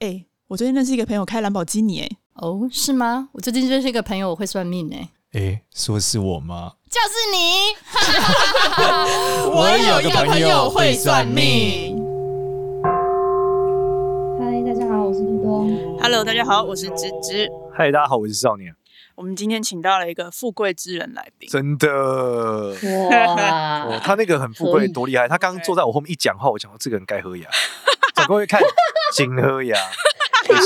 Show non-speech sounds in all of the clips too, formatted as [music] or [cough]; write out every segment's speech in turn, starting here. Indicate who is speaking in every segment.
Speaker 1: 哎、我最近认识一个朋友开兰博基尼、哎，
Speaker 2: 哦，是吗？我最近认识一个朋友，我会算命呢、
Speaker 3: 诶，说是我吗？
Speaker 2: 就是你。
Speaker 3: 我有个朋友会算
Speaker 1: 命。
Speaker 4: 嗨，大家好，我是土东。
Speaker 1: Hello，大家好，我是芝芝。
Speaker 5: 嗨，大家好，我是少年。
Speaker 1: 我们今天请到了一个富贵之人来宾，
Speaker 5: 真的，哦，
Speaker 1: 啊
Speaker 5: [laughs]
Speaker 4: 哇，
Speaker 5: 他那个很富
Speaker 4: 可
Speaker 5: 贵，
Speaker 4: 以
Speaker 5: 多厉害！他刚刚坐在我后面一讲话，我讲到这个人该喝牙，转过去看，金喝牙，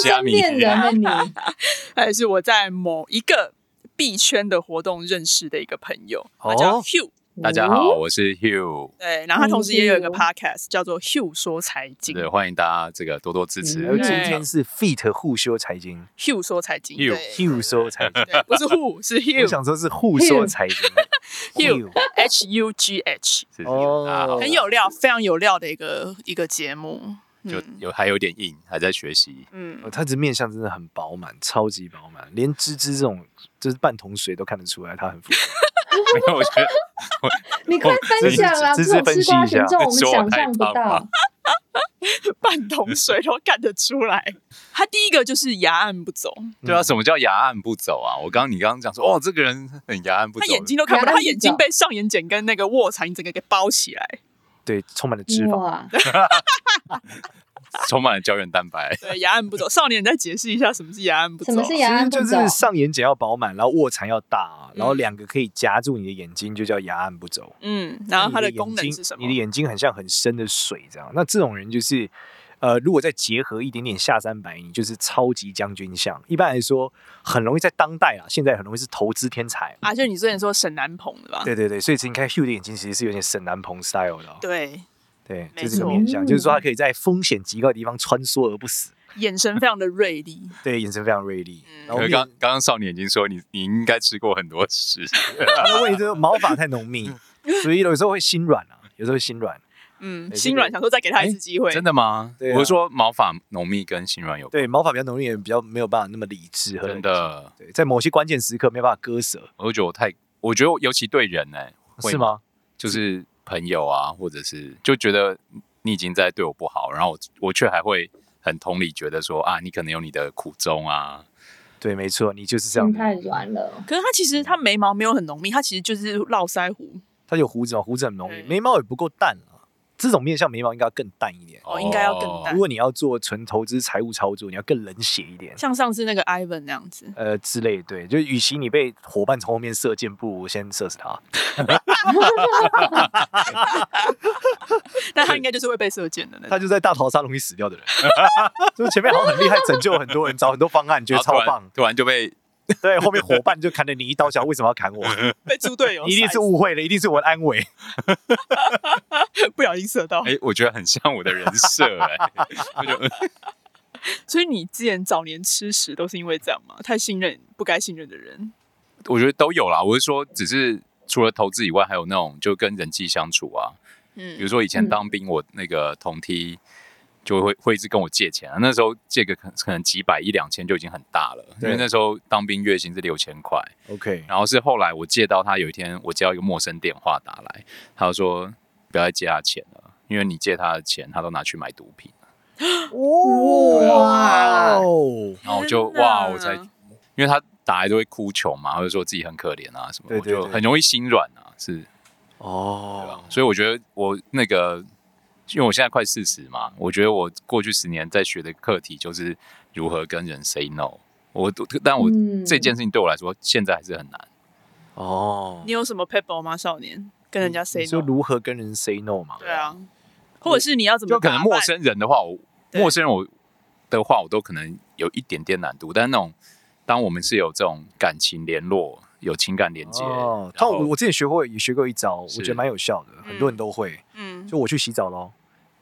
Speaker 3: 虾米
Speaker 4: 恋人的你，
Speaker 5: [laughs]
Speaker 1: 他也是我在某一个币圈的活动认识的一个朋友，他
Speaker 5: 哦
Speaker 1: 叫 Hugh。
Speaker 3: 大家好，
Speaker 1: 哦
Speaker 3: 我是 Hugh，
Speaker 1: 对，然后他同时也有一个
Speaker 4: 嗯
Speaker 1: podcast 叫做 Hugh 说财经
Speaker 3: 对，哦欢迎大家这个多多支持
Speaker 5: 然后
Speaker 4: 嗯
Speaker 1: [laughs]
Speaker 5: 今
Speaker 1: 对啊
Speaker 5: 天是 Fit 互修财经
Speaker 1: ，Hugh 说财经
Speaker 3: Hugh
Speaker 1: 对
Speaker 5: ，Hugh 说财经，
Speaker 1: 对不是 Who 是
Speaker 3: [laughs]
Speaker 5: 我想说是互说财经啊
Speaker 1: [laughs] Hugh Hugh，H U G H，
Speaker 3: 是
Speaker 5: 哦
Speaker 3: 大家好，
Speaker 1: 很有料，非常有料的一个一个节目。
Speaker 3: 就
Speaker 1: 嗯
Speaker 3: 有还有点硬，还在
Speaker 1: [laughs]
Speaker 3: 学习。
Speaker 1: 嗯
Speaker 5: 哦，他这面相真的很饱满，超级饱满，连芝芝这种就是半桶水都看得出来，他很富贵。
Speaker 3: 没有，我觉得
Speaker 4: 你快分享啦！
Speaker 5: 这
Speaker 4: 这
Speaker 5: 哦是
Speaker 4: 种
Speaker 5: 分
Speaker 4: 吃
Speaker 5: 析
Speaker 4: 瓜
Speaker 5: 一下
Speaker 4: 群众，我们
Speaker 3: 说我
Speaker 4: 想
Speaker 3: 太
Speaker 4: 象不
Speaker 3: 胖
Speaker 4: 到
Speaker 3: 了。
Speaker 1: 半桶水都干得出
Speaker 5: [laughs]
Speaker 1: 来。他第一个就是牙按不走，
Speaker 3: 对啊，什么叫牙按不走啊？我刚你刚刚讲说，哦，这个人很牙按不
Speaker 1: 他
Speaker 3: 走，
Speaker 1: 眼睛都看不到，
Speaker 4: 牙按不
Speaker 1: 他
Speaker 4: 走
Speaker 1: 眼睛被上眼睑跟那个卧蚕整个给包起
Speaker 5: [laughs]
Speaker 1: 来，
Speaker 5: 对，充满了脂肪。
Speaker 4: 哇，
Speaker 1: 啊
Speaker 3: 充满了胶原蛋
Speaker 5: [laughs]
Speaker 3: 白。
Speaker 1: 对，牙按不走。少年，你再解释一下什么是牙嗯按不走？
Speaker 4: 什么是牙按
Speaker 5: 就
Speaker 4: 不走？
Speaker 5: 是上眼睑要饱满，然后卧蚕要大，啊然后两个可以夹住你的眼睛，就叫牙按不走。
Speaker 1: 嗯，然后它的功能
Speaker 5: 你眼
Speaker 1: 是
Speaker 5: 睛
Speaker 1: 什么
Speaker 5: 你的？眼睛很像很深的水这样。那这种人就是，呃，如果再结合一点点下三百，你就是超级将军相。一般来说，很容易在当代啊，现在很容易是投资天才。
Speaker 1: 啊，就是你之前说沈南鹏的吧？
Speaker 5: 对对对，所以你看 Hugh 的眼睛其实是有点沈南鹏 style 的、哦，
Speaker 1: 对，
Speaker 5: 对，
Speaker 1: 没
Speaker 5: 就这个
Speaker 1: 错嗯
Speaker 5: 面相，就是说他可以在风险极高的地方穿梭而不死，
Speaker 1: 眼神非常的锐利。
Speaker 5: 对，眼神非常锐利。
Speaker 1: 嗯
Speaker 5: 然后
Speaker 3: 可是
Speaker 5: 面
Speaker 3: 刚刚刚少年已经说你你应该吃过很多 [laughs] 屎，
Speaker 5: 他的问题就是毛发太浓密，
Speaker 3: 嗯
Speaker 5: 所以有时候会心软啊，有时候会心软。
Speaker 1: 嗯，
Speaker 5: [laughs] 对
Speaker 1: 心
Speaker 5: 哎这个
Speaker 1: 软，想说再给他一次机会。
Speaker 3: 真的吗？
Speaker 5: 对啊
Speaker 3: 我是说毛发浓密跟心软有关，
Speaker 5: 对，毛发比较浓密的人比较没有办法那么理智和
Speaker 3: 真。的，
Speaker 5: 对，在某些关键时刻没有办法割舍，
Speaker 3: 我就觉得我太，我觉得我尤其对人哎、会
Speaker 5: 是吗？
Speaker 3: 就是朋友啊，或者是就觉得你已经在对我不好，然后我我却还会很同理，觉得说啊，你可能有你的苦衷啊，
Speaker 5: 对，没错，你就是这样的。
Speaker 4: 心嗯太软了，
Speaker 1: 可是他其实他眉毛没有很浓密，他其实就是络腮胡。
Speaker 5: 他有胡子哦，胡子很浓密，
Speaker 1: 对
Speaker 5: 眉毛也不够淡啊。这种面相眉毛应该要更淡一点。
Speaker 1: 哦应该要更淡
Speaker 5: 如果你要做纯投资财务操作，你要更冷血一
Speaker 3: [laughs]
Speaker 5: 点，
Speaker 1: 像上次那个 Ivan 那样子，
Speaker 5: 呃之类。对，就与其你被伙伴从后面射箭，不如先射死他。
Speaker 1: 但他应该就是会被射箭的那
Speaker 5: 他
Speaker 1: 种。
Speaker 5: 就在大逃杀容易死掉的
Speaker 3: [laughs]
Speaker 5: 人， [laughs] 就是前面好像很厉害，拯救很多人，找很多方案，觉
Speaker 3: 然
Speaker 5: 得
Speaker 3: 后突
Speaker 5: 超
Speaker 3: 然
Speaker 5: 棒。
Speaker 3: 突然就被
Speaker 5: 对，后面伙伴就砍了你一刀，想为什么要砍我？
Speaker 1: 被猪队友
Speaker 5: [laughs] 一定
Speaker 1: 塞
Speaker 5: 是误会了，一定是我的安慰。
Speaker 1: 不小心射到。
Speaker 5: 哦
Speaker 3: 哎、我觉得很像我的人
Speaker 5: [laughs]
Speaker 3: 设哎、我就
Speaker 1: 所以你之前早年吃屎都是因为这样吗？太信任不该信任的人，
Speaker 3: 我觉得都有啦，我是说，只是除了投资以外，还有那种就跟人际相处啊，比如
Speaker 1: 嗯，
Speaker 3: 说以前当兵，我那个同梯就会会一直跟我借钱、啊，那时候借个可可能几百一两千就已经很大了，因为
Speaker 5: 对
Speaker 3: 那时候当兵月薪是六千块， [laughs]
Speaker 5: OK，
Speaker 3: 然后是后来我借到他有一天，我接到一个陌生电话打来，他就说不要再借他钱了，因为你借他的钱，他都拿去买毒品。
Speaker 5: 哇
Speaker 4: 哇
Speaker 5: 哦，
Speaker 3: 然后我就
Speaker 1: 天哪
Speaker 3: 哇，我才因为他打来都会哭穷嘛，他就说自己很可怜啊什么，
Speaker 5: 对对
Speaker 3: 我
Speaker 5: 对
Speaker 3: 就很容易心软啊，是对吧
Speaker 5: 哦，
Speaker 3: 所以我觉得我那个，因为我现在快四十嘛，我觉得我过去十年在学的课题就是如何跟人 say no。我但我、
Speaker 4: 嗯
Speaker 3: 这件事情对我来说现在还是很难。
Speaker 5: 哦
Speaker 1: 你，有什么 pebble 吗？少年跟人家 say
Speaker 5: 你说
Speaker 1: no，
Speaker 5: 如何跟人 say no 嘛？
Speaker 1: 对，啊，或者是你要怎么
Speaker 3: 就可能
Speaker 1: 打扮
Speaker 3: 陌生人的话，我
Speaker 1: 对
Speaker 3: 陌生人我的话，我都可能有一点点难度。但那种当我们是有这种感情联络、有情感连接，
Speaker 5: 哦，
Speaker 3: 然
Speaker 5: 但
Speaker 3: 后
Speaker 5: 我我之前学过也学过一招，我
Speaker 3: 是
Speaker 5: 觉得蛮有效的，很多人都会。
Speaker 1: 嗯，
Speaker 5: 就我去洗澡喽，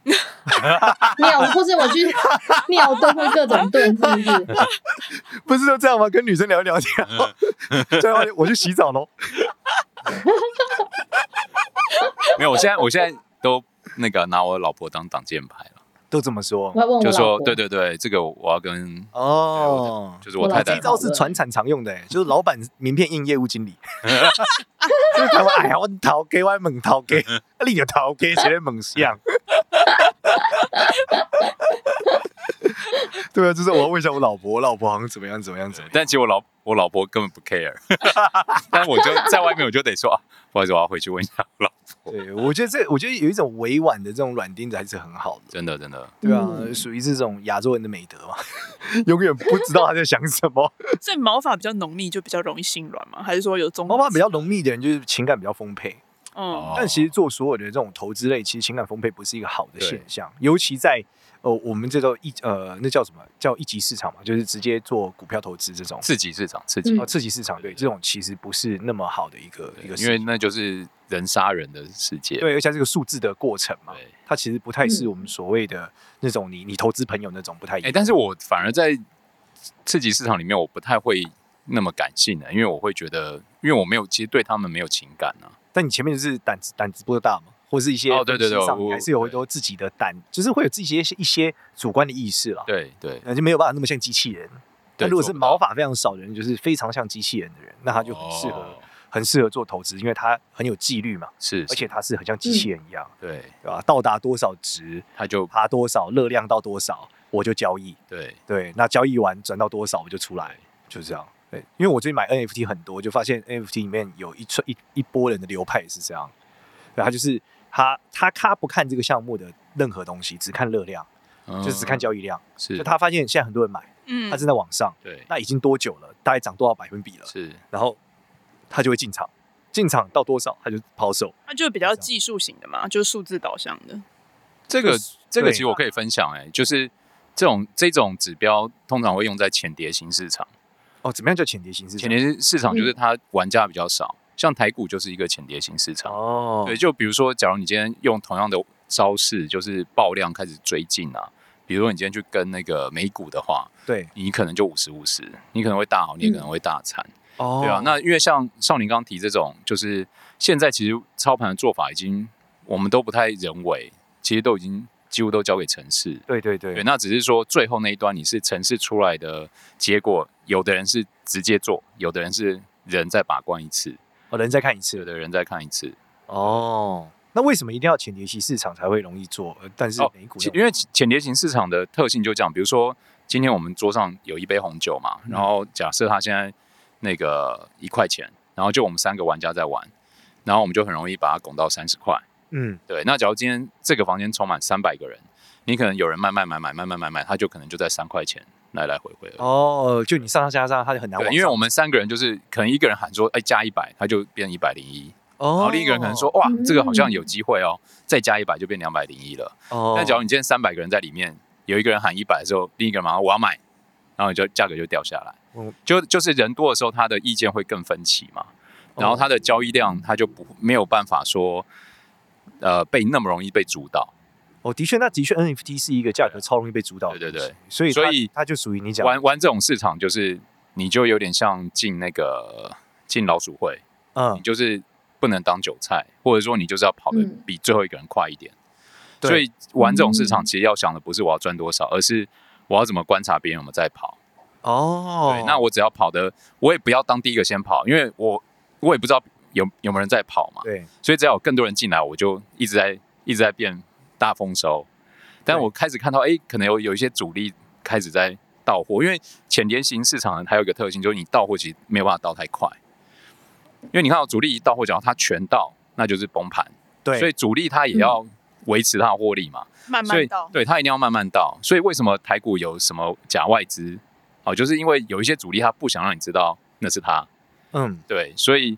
Speaker 4: 秒或者我去
Speaker 5: [laughs]
Speaker 4: 秒都会各种炖，是不是？
Speaker 5: 不是都这样吗？跟女生聊一聊天，对啊，我去洗澡喽。
Speaker 3: 没有，我现在我现在都那个拿我老婆当挡箭牌了，
Speaker 5: 都这么说
Speaker 4: 我要问哦我
Speaker 3: 就
Speaker 4: 老
Speaker 3: 说
Speaker 4: 婆，
Speaker 3: 对对对，这个我要跟
Speaker 5: 哦。
Speaker 3: 就是我
Speaker 4: 我
Speaker 3: 太
Speaker 4: 老
Speaker 5: 这
Speaker 3: 太
Speaker 4: 公
Speaker 5: 招是传产常用的、欸就是老板名片印业务经理， [laughs] 就是他们哎呀，我逃给我猛逃给，啊你就逃啊给谁在猛像？ [laughs] 对啊，就是我要问一下我老婆，我老婆好像怎么样怎么样怎么样。
Speaker 3: 但其实我老我老婆根本不 care，但我就在外面我就得说啊，不好意思，我要回去问一下我老婆。
Speaker 5: 对，我觉得这我觉得有一种委婉的这种软钉子还是很好的，
Speaker 3: 真的真的，
Speaker 5: 对啊，
Speaker 4: 嗯
Speaker 5: 属于这种亚洲人的美德嘛， [laughs] 永远不知道他在想什
Speaker 3: [laughs]
Speaker 5: 么。
Speaker 1: 所以毛发比较浓密就比较容易心软嘛？还是说有中
Speaker 5: 毛发比较浓密的人就是情感比较丰沛，
Speaker 1: 嗯
Speaker 3: 哦
Speaker 5: 但其实做所有的这种投资类，其实情感丰沛不是一个好的
Speaker 3: 对
Speaker 5: 现象，尤其在呃我们这种一呃那叫什么叫一级市场嘛，就是直接做股票投资这种。
Speaker 3: 刺激市场刺激
Speaker 4: 嗯
Speaker 5: 哦，，刺激市场对这种其实不是那么好的一个一个事，
Speaker 3: 因为那就是人杀人的世界。
Speaker 5: 对，而且它是个数字的过程嘛，
Speaker 3: 对
Speaker 5: 它其实不太是
Speaker 4: 嗯
Speaker 5: 我们所谓的那种你你投资朋友那种不太一
Speaker 3: 哎、
Speaker 5: 样。
Speaker 3: 但是我反而在刺激市场里面，我不太会那么感性的、因为我会觉得，因为我没有，其实对他们没有情感啊。
Speaker 5: 但你前面就是胆子胆子不大嘛，或是一些
Speaker 3: 哦对对
Speaker 5: 分析
Speaker 3: 对
Speaker 5: 上你
Speaker 3: 我
Speaker 5: 还是有很多自己的胆，就是会有自己一些一些主观的意识啦，
Speaker 3: 对对
Speaker 5: 那就没有办法那么像机器人。
Speaker 3: 对
Speaker 5: 但如果是
Speaker 3: 做不到
Speaker 5: 毛发非常少的人，就是非常像机器人的人，那他就很适合、
Speaker 3: 哦
Speaker 5: 很适合做投资，因为他很有纪律嘛，
Speaker 3: 是，
Speaker 5: 而且
Speaker 3: 是
Speaker 5: 他是很像机器人一样，
Speaker 3: 对，
Speaker 5: 对吧？到达多少值，
Speaker 3: 他就
Speaker 5: 爬多少，热量到多少，我就交易。
Speaker 3: 对
Speaker 5: 对，那交易完转到多少我就出来，就这样。对，因为我最近买 NFT 很多，就发现 NFT 里面有一串一一波人的流派也是这样，对，他就是他他他不看这个项目的任何东西，只看热量，就只看
Speaker 3: 交
Speaker 5: 交易量。
Speaker 3: 嗯是
Speaker 5: 就他发现现在很多人买，
Speaker 1: 嗯
Speaker 5: 他正在往上，
Speaker 3: 对
Speaker 5: 那已经多久了？大概涨多少百分比了？
Speaker 3: 是
Speaker 5: 然后他就会进场，进场到多少他就抛售。
Speaker 1: 它就比较技术型的嘛，就是数字导向的。
Speaker 3: 这个这个
Speaker 5: 对
Speaker 3: 其实我可以分享哎、就是这种这种指标通常会用在浅碟型市场，
Speaker 5: 哦，怎么样叫潜跌形式？
Speaker 3: 浅碟型市场
Speaker 5: 嗯
Speaker 3: 就是它玩家比较少，像台股就是一个浅碟型市场。
Speaker 5: 哦，
Speaker 3: 对，就比如说，假如你今天用同样的招式，就是爆量开始追进啊，比如说你今天去跟那个美股的话，
Speaker 5: 对
Speaker 3: 你可能就五十五十，你可能会大好，你也可能会大惨，
Speaker 5: 嗯哦
Speaker 3: 对啊。那因为像少林刚刚提这种，就是现在其实操盘的做法已经我们都不太人为，其实都已经几乎都交给城市。
Speaker 5: 对对对
Speaker 3: 对，那只是说最后那一端你是城市出来的结果，有的人是直接做，有的人是人再把关一次，
Speaker 5: 哦，人再看一次
Speaker 3: 有，的人再看一次。
Speaker 5: 哦，那为什么一定要前提系市场才会容易做？呃但是
Speaker 3: 哦
Speaker 5: 美股
Speaker 3: 其
Speaker 5: 又、
Speaker 3: 因为浅碟型市场的特性就这样，比如说今天我们桌上有一杯红酒嘛，
Speaker 5: 嗯
Speaker 3: 然后假设它现在那个一块钱，然后就我们三个玩家在玩，然后我们就很容易把它拱到三十块。
Speaker 5: 嗯，
Speaker 3: 对，那假如今天这个房间充满三百个人，你可能有人卖卖买买卖卖买买，他就可能就在三块钱来来回回了。
Speaker 5: 哦，就你上上下下，它就很难往
Speaker 3: 对，
Speaker 5: 上。
Speaker 3: 因为我们三个人就是可能一个人喊说，哎，加一百，他就变一百零一，然
Speaker 5: 哦
Speaker 3: 后另一个人可能说，，哇，
Speaker 4: 嗯
Speaker 3: 这个好像有机会哦，再加一百就变两百零一了。
Speaker 5: 哦，
Speaker 3: 但假如你今天三百个人在里面，有一个人喊一百的时候，另一个人马上我要买，然后你就价格就掉下来。
Speaker 5: 嗯
Speaker 3: 就就是人多的时候，他的意见会更分歧嘛，然后
Speaker 5: 哦
Speaker 3: 他的交易量他就不没有办法说，呃，被那么容易被主导。
Speaker 5: 哦，的确，那的确 NFT 是一个价格超容易被主导的东
Speaker 3: 对
Speaker 5: 西，
Speaker 3: 对对
Speaker 5: 所以它
Speaker 3: 所以
Speaker 5: 它就属于你讲
Speaker 3: 玩玩这种市场，就是你就有点像进那个进老鼠会，你
Speaker 5: 嗯，
Speaker 3: 就是不能当韭菜，或者说你就是要跑得
Speaker 4: 嗯
Speaker 3: 比最后一个人快一点。
Speaker 5: 对
Speaker 3: 所以玩这种市场，
Speaker 4: 嗯
Speaker 3: 其实要想的不是我要赚多少，而是我要怎么观察别人有没有在跑。
Speaker 5: 哦，
Speaker 3: 对，那我只要跑的，我也不要当第一个先跑，因为我我也不知道有有没有人在跑嘛，
Speaker 5: 对
Speaker 3: 所以只要有更多人进来，我就一直在一直在变大丰收。但
Speaker 5: 对
Speaker 3: 我开始看到，哎，可能有有一些主力开始在到货，因为浅碟型市场它有一个特性，就是你到货其实没有办法到太快，因为你看到主力一到货，只要它全到，那就是崩盘，
Speaker 5: 对，
Speaker 3: 所以主力它也要维持它的获利嘛。
Speaker 1: 慢
Speaker 3: 所以
Speaker 1: 慢到，
Speaker 3: 对他一定要慢慢到。所以为什么台股有什么假外资？哦，就是因为有一些主力他不想让你知道那是他，
Speaker 5: 嗯，
Speaker 3: 对，所以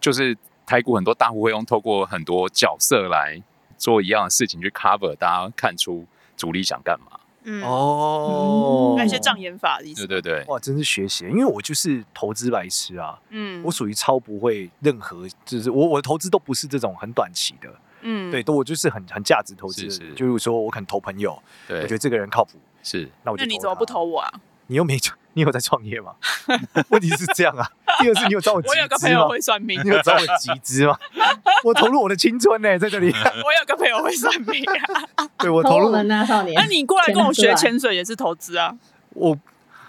Speaker 3: 就是台股很多大户会用透过很多角色来做一样的事情去 cover，大家看出主力想干嘛。
Speaker 1: 嗯，
Speaker 5: 哦，
Speaker 1: 那一些障眼法的意
Speaker 3: 对
Speaker 1: 思，
Speaker 3: 对对，
Speaker 5: 哇，真是学习，因为我就是投资白痴啊，
Speaker 1: 嗯，
Speaker 5: 我属于超不会任何，就是我我的投资都不是这种很短期的，
Speaker 1: 嗯
Speaker 5: 对，，都我就是很很价值投资的人，
Speaker 3: 是是
Speaker 5: 就是说我肯投朋友，我觉得
Speaker 3: 对，
Speaker 5: 这个人靠谱，
Speaker 3: 是
Speaker 5: 那我就
Speaker 1: 那你
Speaker 5: 投
Speaker 1: 怎么
Speaker 5: 他
Speaker 1: 不投我
Speaker 5: [laughs]
Speaker 1: 啊？
Speaker 5: 你又没，你有在创业吗？ [laughs] 问题是这样啊。第二是你有找我集
Speaker 1: 我有个朋
Speaker 5: 资吗
Speaker 1: 友？会算
Speaker 5: [laughs]
Speaker 1: 命，
Speaker 5: 你有找我集资吗？ [laughs] 我投入我的青春呢、在这
Speaker 3: [laughs]
Speaker 1: 我
Speaker 5: 里，
Speaker 1: 有个朋友会算命啊。
Speaker 5: [laughs] 对我
Speaker 4: 投
Speaker 5: 投
Speaker 4: 我
Speaker 5: 入哎
Speaker 4: 们啊，少
Speaker 1: 那
Speaker 4: 年，
Speaker 1: 你过来跟我
Speaker 4: 钱
Speaker 1: 学
Speaker 4: 拿出来
Speaker 1: 潜水也是投资啊？
Speaker 5: 我。 [laughs]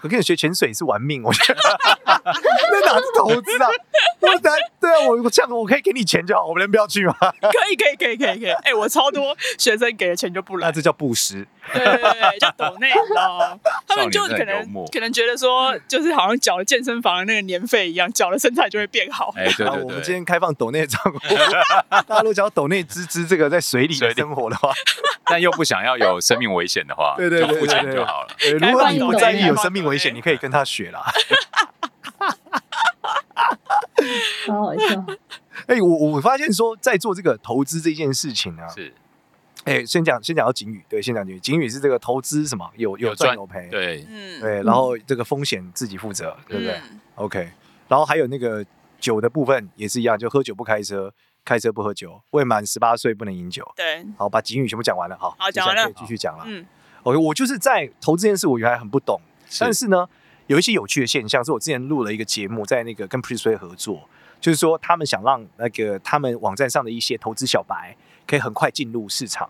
Speaker 5: 我跟你学潜水是玩命，我觉得那哪是投资啊？我哪对啊，我我这样我可以给你钱就好，我们能不要去吗？
Speaker 1: [laughs] 可以可以可以可以可以，哎、我超多学生给了钱就不来
Speaker 5: 那，这叫布施。
Speaker 1: 对对对，就抖内咯。他们就
Speaker 3: 少年真的
Speaker 1: 可
Speaker 3: 幽默
Speaker 1: 能可能觉得说，就是好像缴了健身房的那个年费一样，缴了身材就会变好。
Speaker 3: 哎，对
Speaker 5: 啊
Speaker 3: 对
Speaker 5: 我
Speaker 3: 对，
Speaker 5: 们今天开放抖内账户， [laughs] 大家如果想要抖内滋滋这个在水里的生活的话，
Speaker 3: 但又不想要有生命危险的话，
Speaker 5: [laughs] 对对
Speaker 3: 就
Speaker 5: 对
Speaker 3: 付
Speaker 5: 对 [laughs]
Speaker 3: 钱
Speaker 5: 对
Speaker 3: 就好了。
Speaker 5: 呃如果你不在意有生
Speaker 1: 开放抖
Speaker 5: 命危险，
Speaker 1: 内
Speaker 5: 你可以跟他学啦。
Speaker 4: 好好
Speaker 5: [laughs]
Speaker 4: 笑。
Speaker 5: 哎、我我发现说，在做这个投资这件事情啊，
Speaker 3: 是，
Speaker 5: 哎、先讲先讲到景宇，对，先讲景宇，景宇是这个投资什么有有
Speaker 3: 有
Speaker 5: 赚
Speaker 3: 赚
Speaker 5: 有赔，
Speaker 3: 对，
Speaker 1: 嗯，
Speaker 5: 对，然后这个风险自己负责，对不对、
Speaker 1: 嗯
Speaker 5: o k 然后还有那个酒的部分也是一样，就喝酒不开车，开车不喝酒，未满十八岁不能饮酒。
Speaker 1: 对，
Speaker 5: 好，把景宇全部讲完了，好，
Speaker 1: 好
Speaker 5: 接
Speaker 1: 讲
Speaker 5: 下
Speaker 1: 完
Speaker 5: 来
Speaker 1: 了
Speaker 5: 可以继续讲了。
Speaker 1: 嗯，
Speaker 5: OK，我就是在投资这件事，我原来很不懂，但是呢，有一些有趣的现象，是我之前录了一个节目，在那个跟 p r e s w a y 合作，就是说他们想让那个他们网站上的一些投资小白可以很快进入市场，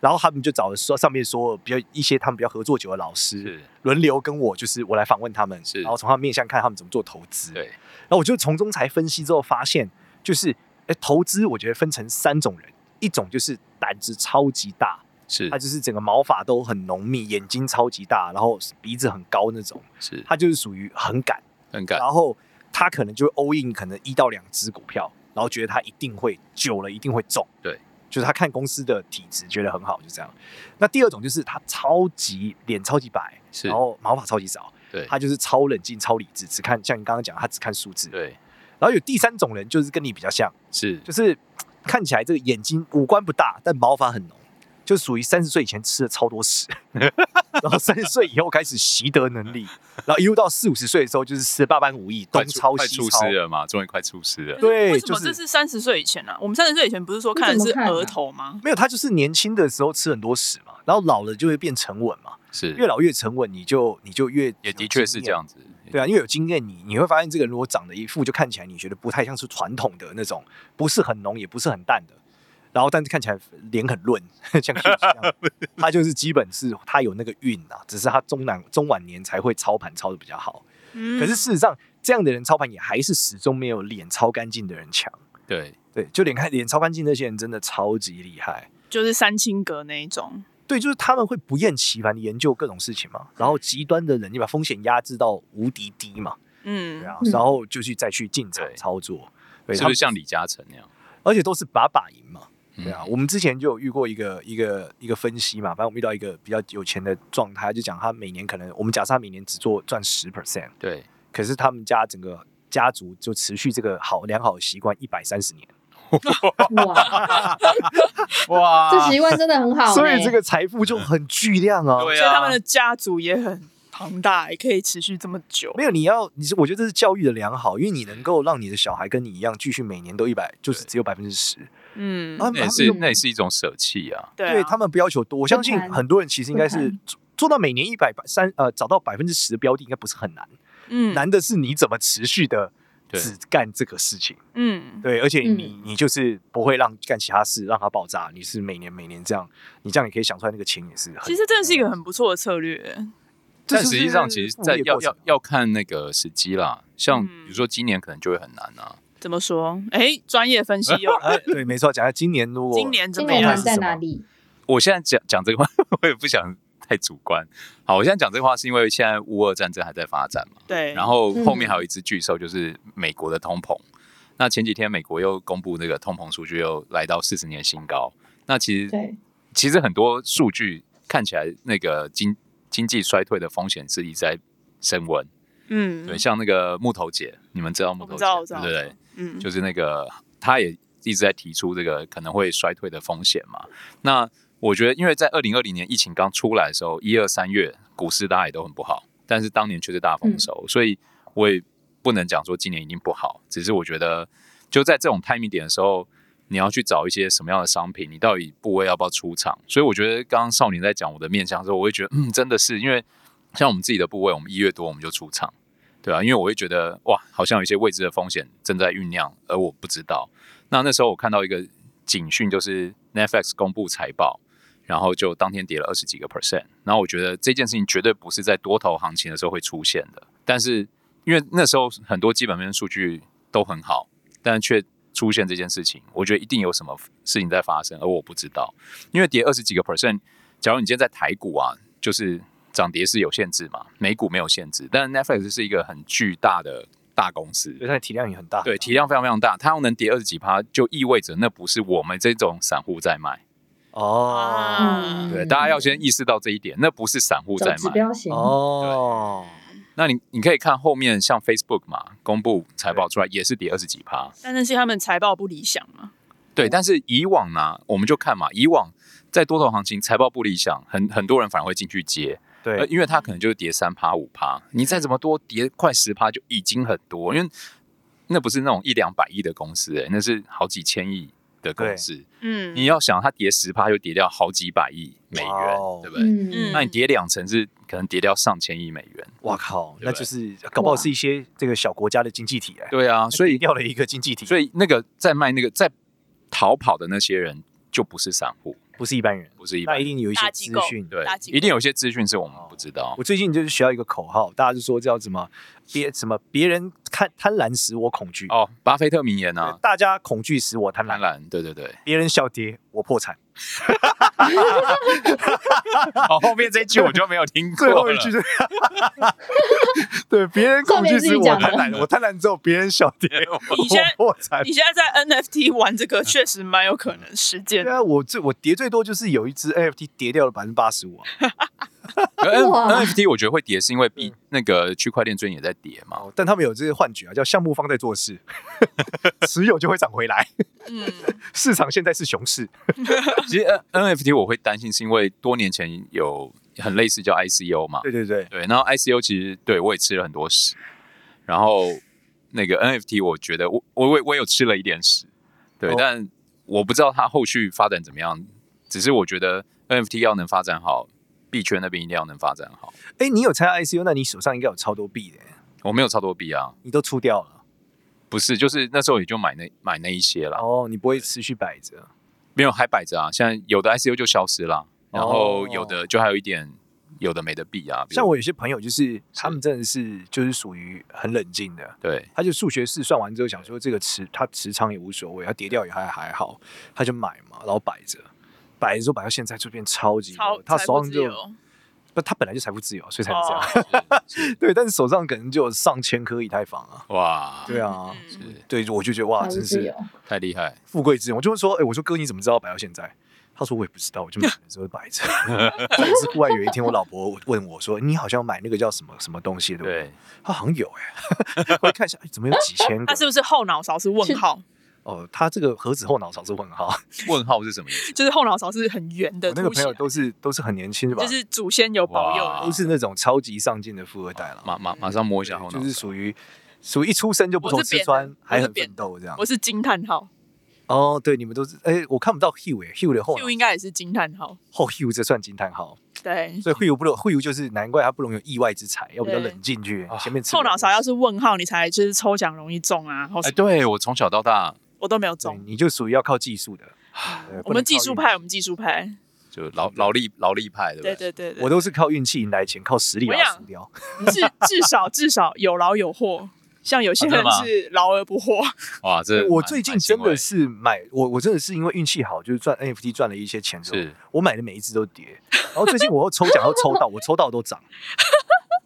Speaker 5: 然后他们就找了说上面说比较一些他们比较合作久的老师
Speaker 3: 是，
Speaker 5: 轮流跟我，就是我来访问他们，
Speaker 3: 是
Speaker 5: 然后从他们面向看他们怎么做投资，
Speaker 3: 对，
Speaker 5: 然后我就从中才分析之后发现，就是哎，投资我觉得分成三种人，一种就是胆子超级大。
Speaker 3: 是
Speaker 5: 他就是整个毛发都很浓密，眼睛超级大，然后鼻子很高那种，
Speaker 3: 是
Speaker 5: 他就是属于很敢，
Speaker 3: 很感
Speaker 5: 然后他可能就 all in 可能一到两只股票，然后觉得他一定会久了一定会中，
Speaker 3: 对，
Speaker 5: 就是他看公司的体质觉得很好，就这样。那第二种就是他超级脸超级白，
Speaker 3: 是
Speaker 5: 然，后毛发超级少，
Speaker 3: 对，
Speaker 5: 他就是超冷静、超理智，只看像你刚刚讲，他只看数字。
Speaker 3: 对
Speaker 5: 然后有第三种人就是跟你比较像，
Speaker 3: 是
Speaker 5: 就是看起来这个眼睛五官不大，但毛发很浓，就属于三十岁以前吃了超多屎， [laughs] 然后三十岁以后开始习得能力，然后一路到四五十岁的时候就是十八般武艺，东
Speaker 3: 快出
Speaker 5: 抄
Speaker 3: 快
Speaker 5: 西
Speaker 3: 出
Speaker 5: 抄
Speaker 3: 师。了嘛，终于快出师了。
Speaker 5: 对
Speaker 1: 为什么
Speaker 5: 就是
Speaker 1: 这是三十岁以前呢、啊？我们三十岁以前不是说看的
Speaker 4: 你
Speaker 1: 是
Speaker 4: 怎么看啊
Speaker 1: 额头吗？
Speaker 5: 没有，他就是年轻的时候吃很多屎嘛，然后老了就会变沉稳嘛，
Speaker 3: 是，
Speaker 5: 越老越沉稳，你就你就越
Speaker 3: 也的确是
Speaker 5: 有经
Speaker 3: 这。
Speaker 5: 验
Speaker 3: 样子。
Speaker 5: 对啊，因为有经验你，你会发现这个人如果长得一副就看起来你觉得不太像是传统的那种，不是很浓也不是很淡的，然后但是看起来脸很润， [laughs] 像 Hugh 一样，他就是基本是他有那个运啊，只是他中晚中晚年才会操盘操的比较好。
Speaker 1: 嗯，
Speaker 5: 可是事实上，这样的人操盘也还是始终没有脸超干净的人强。
Speaker 3: 对，
Speaker 5: 对，就脸看脸超干净那些人真的超级厉害。
Speaker 1: 就是三清阁那一种，
Speaker 5: 对，就是他们会不厌其烦的研究各种事情嘛，然后极端的人你把风险压制到无敌低嘛。
Speaker 1: 嗯
Speaker 5: 对，啊，
Speaker 4: 嗯
Speaker 5: 然后就去再去进场
Speaker 3: 对
Speaker 5: 操作，对，
Speaker 3: 是
Speaker 5: 他
Speaker 3: 不是
Speaker 5: 们
Speaker 3: 像李嘉诚那样？
Speaker 5: 而且都是把把赢嘛，
Speaker 3: 嗯
Speaker 5: 对啊，我们之前就有遇过一个一个一个分析嘛，反正我们遇到一个比较有钱的状态，就讲他每年可能我们假设他每年只做赚十 percent，
Speaker 3: 对，
Speaker 5: 可是他们家整个家族就持续这个好良好的习惯一百三十年，
Speaker 4: 哇，
Speaker 3: 哇
Speaker 4: 这习惯真的很好呢。欸
Speaker 5: 所以这个财富就很巨量啊。
Speaker 3: 对
Speaker 1: 所以他们
Speaker 3: 啊
Speaker 1: 的，家族也很庞大，也可以持续这么久
Speaker 5: 没。有，你要你是我觉得这是教育的良好，因为你能够让你的小孩跟你一样继续每年都一百，就是只有百分之十。
Speaker 1: 嗯，
Speaker 5: 啊
Speaker 3: 那
Speaker 5: 他
Speaker 3: 也
Speaker 5: 们
Speaker 3: 是
Speaker 5: 就
Speaker 3: 那也是一种舍弃啊。
Speaker 1: 对啊
Speaker 5: 对他们不要求多，我相信
Speaker 4: 谈
Speaker 5: 很多人其实应该是
Speaker 4: 不
Speaker 5: 做做到每年一百三呃，找到百分之十的标的应该不是很难，
Speaker 1: 嗯
Speaker 5: 难的是你怎么持续的
Speaker 3: 对
Speaker 5: 只干这个事情。
Speaker 1: 嗯，
Speaker 5: 对，而且你你就是不会让干其他事让它爆炸，你是每年每年这样，你这样也可以想出来那个钱也是很。
Speaker 1: 其实这是一个很不错的策略。
Speaker 5: 这
Speaker 3: 但
Speaker 5: 就是
Speaker 3: 实际上，其实，在
Speaker 5: 副业
Speaker 3: 要
Speaker 5: 过程
Speaker 3: 要
Speaker 5: [laughs] 啊
Speaker 3: 要看那个时机啦。像
Speaker 1: 嗯
Speaker 3: 比如说今年可能就会很难啊。
Speaker 1: 怎么说？哎，专业分析
Speaker 5: [laughs]
Speaker 1: 又来了
Speaker 5: 哎对，没错，讲下今年如果
Speaker 1: 今年怎
Speaker 4: 今
Speaker 1: 么
Speaker 4: 年
Speaker 1: 样
Speaker 4: 难？在哪里？
Speaker 3: 我现在讲讲这个话， [laughs] 我也不想太主观。好，我现在讲这个话是因为现在乌俄战争还在发展嘛。
Speaker 1: 对，
Speaker 3: 然后
Speaker 5: 嗯
Speaker 3: 后面还有一只巨兽，就是美国的通膨。那前几天美国又公布那个通膨数据，又来到四十年新高。那其实
Speaker 4: 对，
Speaker 3: 其实很多数据看起来，那个经经济衰退的风险是一直在升温。
Speaker 1: 嗯，
Speaker 3: 对，像那个木头姐，你们知道木
Speaker 1: 我
Speaker 3: 头
Speaker 1: 不
Speaker 3: 姐
Speaker 1: 知道，我知
Speaker 3: 对
Speaker 1: 道，
Speaker 3: 不对？
Speaker 1: 嗯，
Speaker 3: 就是那个她也一直在提出这个可能会衰退的风险嘛。那我觉得，因为在二零二零年疫情刚出来的时候，一二三月股市大家也都很不好，但是当年却是大丰收，所以我也不能讲说今年一定不好，只是我觉得就在这种 timing 点的时候，你要去找一些什么样的商品，你到底部位要不要出场？所以我觉得刚刚少年在讲我的面向的时候，我会觉得，嗯，真的是因为像我们自己的部位，我们一月多我们就出场，对啊，因为我会觉得哇，好像有一些未知的风险正在酝酿，而我不知道。那那时候我看到一个警讯，就是 Netflix 公布财报，然后就当天跌了二十几个 percent。然后我觉得这件事情绝对不是在多头行情的时候会出现的，但是因为那时候很多基本面数据都很好，但却出现这件事情，我觉得一定有什么事情在发生，而我不知道，因为跌二十几个 percent，假如你今天在台股啊，就是涨跌是有限制嘛，美股没有限制，但 Netflix 是一个很巨大的大公司，
Speaker 5: 对，它的体量也很大。
Speaker 3: 对，体量非常非常大，它要能跌二十几趴，就意味着那不是我们这种散户在卖。
Speaker 5: 哦
Speaker 1: 嗯
Speaker 3: 对，大家要先意识到这一点，那不是散户
Speaker 4: 走
Speaker 3: 在
Speaker 4: 指
Speaker 3: 卖。
Speaker 4: 标型，
Speaker 5: 哦，
Speaker 3: 那你你可以看后面像 Facebook 嘛，公布财报出来也是跌二十几趴。
Speaker 1: 但那是他们财报不理想嘛，
Speaker 3: 对，但是以往呢，我们就看嘛，以往在多头行情财报不理想，很很多人反而会进去接，呃，
Speaker 5: 对，
Speaker 3: 因为它可能就是跌三趴五趴，你再怎么多跌快十趴就已经很多，因为那不是那种一两百亿的公司、欸，那是好几千亿的公司。
Speaker 1: 嗯，
Speaker 3: 你要想它跌十趴就跌掉好几百亿美元，
Speaker 5: 哇哦
Speaker 3: 对不对？
Speaker 4: 嗯，
Speaker 3: 那你跌两成是可能跌掉上千亿美元。
Speaker 5: 哇靠，
Speaker 3: 对
Speaker 5: 那
Speaker 3: 不对
Speaker 5: 就是搞不好是一些这个小国家的经济体哎，
Speaker 3: 对啊，所以
Speaker 5: 掉了一个经济体，
Speaker 3: [laughs] 所以那个在卖那个在逃跑的那些人就不是散户，
Speaker 5: 不是一般人，
Speaker 3: 不是一
Speaker 5: 那
Speaker 3: 般
Speaker 5: 一定有一些
Speaker 1: 大
Speaker 5: 资
Speaker 1: 机构
Speaker 5: 讯。
Speaker 3: 对
Speaker 1: 大机，构
Speaker 3: 一定有些资讯是我们不知道
Speaker 5: 我。最近就是学到一个口号，大家就说叫什么别什么别人看贪婪使我恐惧，
Speaker 3: 哦，巴菲特名言
Speaker 5: 对
Speaker 3: 啊，
Speaker 5: 大家恐惧使我贪
Speaker 3: 贪
Speaker 5: 婪，
Speaker 3: 婪，对对 [laughs] 对。
Speaker 5: 别人笑跌我破产，
Speaker 3: 哦，后面这一句我就没有听过
Speaker 5: 最后
Speaker 3: 了
Speaker 5: 一。句是，对，别人恐惧使我贪婪，我贪婪之后别人笑跌
Speaker 1: 你现在
Speaker 5: 我破产。
Speaker 1: 你现在在 NFT 玩这个，确实蛮有可能实
Speaker 5: [laughs]
Speaker 1: 践
Speaker 5: 对。啊，我最我跌最多就是有一只 NFT 跌掉了百分之八十五啊，
Speaker 3: 呃 N-
Speaker 4: 哇
Speaker 3: NFT 我觉得会跌，是因为币那个区块链最近也在跌嘛。
Speaker 5: 哦但他们有这些幻觉啊，叫项目方在做事， [laughs] 持有就会涨回来。
Speaker 1: 嗯，
Speaker 5: 市场现在是熊市，
Speaker 3: 其实呃 NFT 我会担心，是因为多年前有很类似叫 ICO 嘛，
Speaker 5: 对对对，
Speaker 3: 对，然后 ICO 其实对我也吃了很多屎，然后那个 NFT 我觉得我我我我有吃了一点屎，对，
Speaker 5: 哦
Speaker 3: 但我不知道它后续发展怎么样，只是我觉得 NFT 要能发展好，币圈那边一定要能发展好。
Speaker 5: 哎，你有参加 ICU，那你手上应该有超多币的，
Speaker 3: 我没有超多币啊，
Speaker 5: 你都出掉了，
Speaker 3: 不是，就是那时候也就买那买那一些啦，
Speaker 5: 哦，你不会持续摆着，
Speaker 3: 没有还摆着啊。现在有的 ICO 就消失啦，然后有的就还有一点有的没的币啊，
Speaker 5: 哦
Speaker 3: 比如
Speaker 5: 像我有些朋友就是他们真的是就是属于很冷静的，
Speaker 3: 对 [laughs]
Speaker 5: 他就数学试算完之后想说这个持他持仓也无所谓，他跌掉也还还好，他就买嘛，然后摆着，摆着之后摆到现在就变超级
Speaker 1: 超
Speaker 5: 多，他
Speaker 1: 财
Speaker 5: 手
Speaker 1: 富
Speaker 5: 上
Speaker 1: 自
Speaker 5: 就
Speaker 1: 由
Speaker 5: 不，他本来就财富自由，所以才能这样。 [laughs]
Speaker 1: 哦
Speaker 5: 对，但是手上可能就有上千颗以太坊啊。
Speaker 3: 哇，
Speaker 5: 对啊，
Speaker 1: 嗯
Speaker 3: 是
Speaker 5: 对，我就觉得哇，
Speaker 4: 财务
Speaker 5: 真
Speaker 4: 自由
Speaker 5: 是，
Speaker 3: 太厉害。
Speaker 5: 富贵之人。我就会说，哎、我说哥，你怎么知道摆到现在？他说我也不知道，我就买的时候摆着。 [laughs] 但是忽然有一天，我老婆问我说：“你好像买那个叫什么什么东西的？”，
Speaker 3: 对，
Speaker 5: 他好像有哎、 [laughs] 我一看一下，哎、怎么有几千
Speaker 1: [laughs]
Speaker 5: 个
Speaker 1: 他？是不是后脑勺是问号？
Speaker 5: 哦，他这个盒子后脑勺是问号。
Speaker 3: 问号是什么意思？
Speaker 1: 就是后脑勺是很圆的
Speaker 5: 我那个
Speaker 1: 凸起
Speaker 5: 朋
Speaker 1: 来，
Speaker 5: 友都是都是很年轻，是吧？
Speaker 1: 就是祖先有保佑
Speaker 3: 哇
Speaker 1: 的。
Speaker 5: 都是那种超级上进的富二代了，
Speaker 3: 马马马上摸一下后脑勺，
Speaker 5: 就是属于属于一出生就不愁
Speaker 1: 我是
Speaker 5: 吃
Speaker 1: 扁的
Speaker 5: 穿，还
Speaker 1: 我是
Speaker 5: 很
Speaker 1: 扁
Speaker 5: 奋斗这样
Speaker 1: 我。是惊叹号
Speaker 5: 哦，对，你们都是哎、我看不到 Hugh 哎、h u g h 的后脑
Speaker 1: ，Q 应该也是惊叹号。
Speaker 5: 后 Hugh 这算惊叹号，
Speaker 1: 对，
Speaker 5: 所以 Hugh 不能 Hugh 就是难怪他不能有意外之财，要比较
Speaker 1: 对
Speaker 5: 冷静去
Speaker 3: 啊
Speaker 5: 前面吃
Speaker 1: 后脑勺要是问号，你才就是抽奖容易中啊。或
Speaker 3: 哎，
Speaker 1: 是
Speaker 3: 对我从小到大
Speaker 1: 我都没有
Speaker 5: 对
Speaker 1: 中。
Speaker 5: 你就属于要靠技
Speaker 3: [sighs]
Speaker 5: 术的，
Speaker 3: 啊
Speaker 5: 对
Speaker 1: 我们技术，
Speaker 5: 不能靠
Speaker 1: 派，我们技术派，
Speaker 3: 就
Speaker 5: 嗯
Speaker 3: 劳劳力劳力派，对不
Speaker 1: 对
Speaker 3: 对？
Speaker 1: 对对
Speaker 5: 运
Speaker 1: 对，
Speaker 5: 气我都是靠运气赢来钱，靠实力把它
Speaker 1: 我
Speaker 5: 输
Speaker 3: [laughs]
Speaker 5: 掉。
Speaker 1: 至至少至少有劳有获，像有些
Speaker 3: 啊真
Speaker 1: 人
Speaker 3: 的吗
Speaker 1: 是劳而不获。 [laughs]
Speaker 3: 哇，这
Speaker 5: 我
Speaker 3: 蛮
Speaker 5: 最近
Speaker 3: 蛮欣
Speaker 5: 真的
Speaker 3: 慰
Speaker 5: 是买，我我真的是因为运气好，就是赚 NFT 赚了一些钱之后，
Speaker 3: 是
Speaker 5: 我买的每一只都跌，然后最近我又抽奖又抽到，我抽到都涨，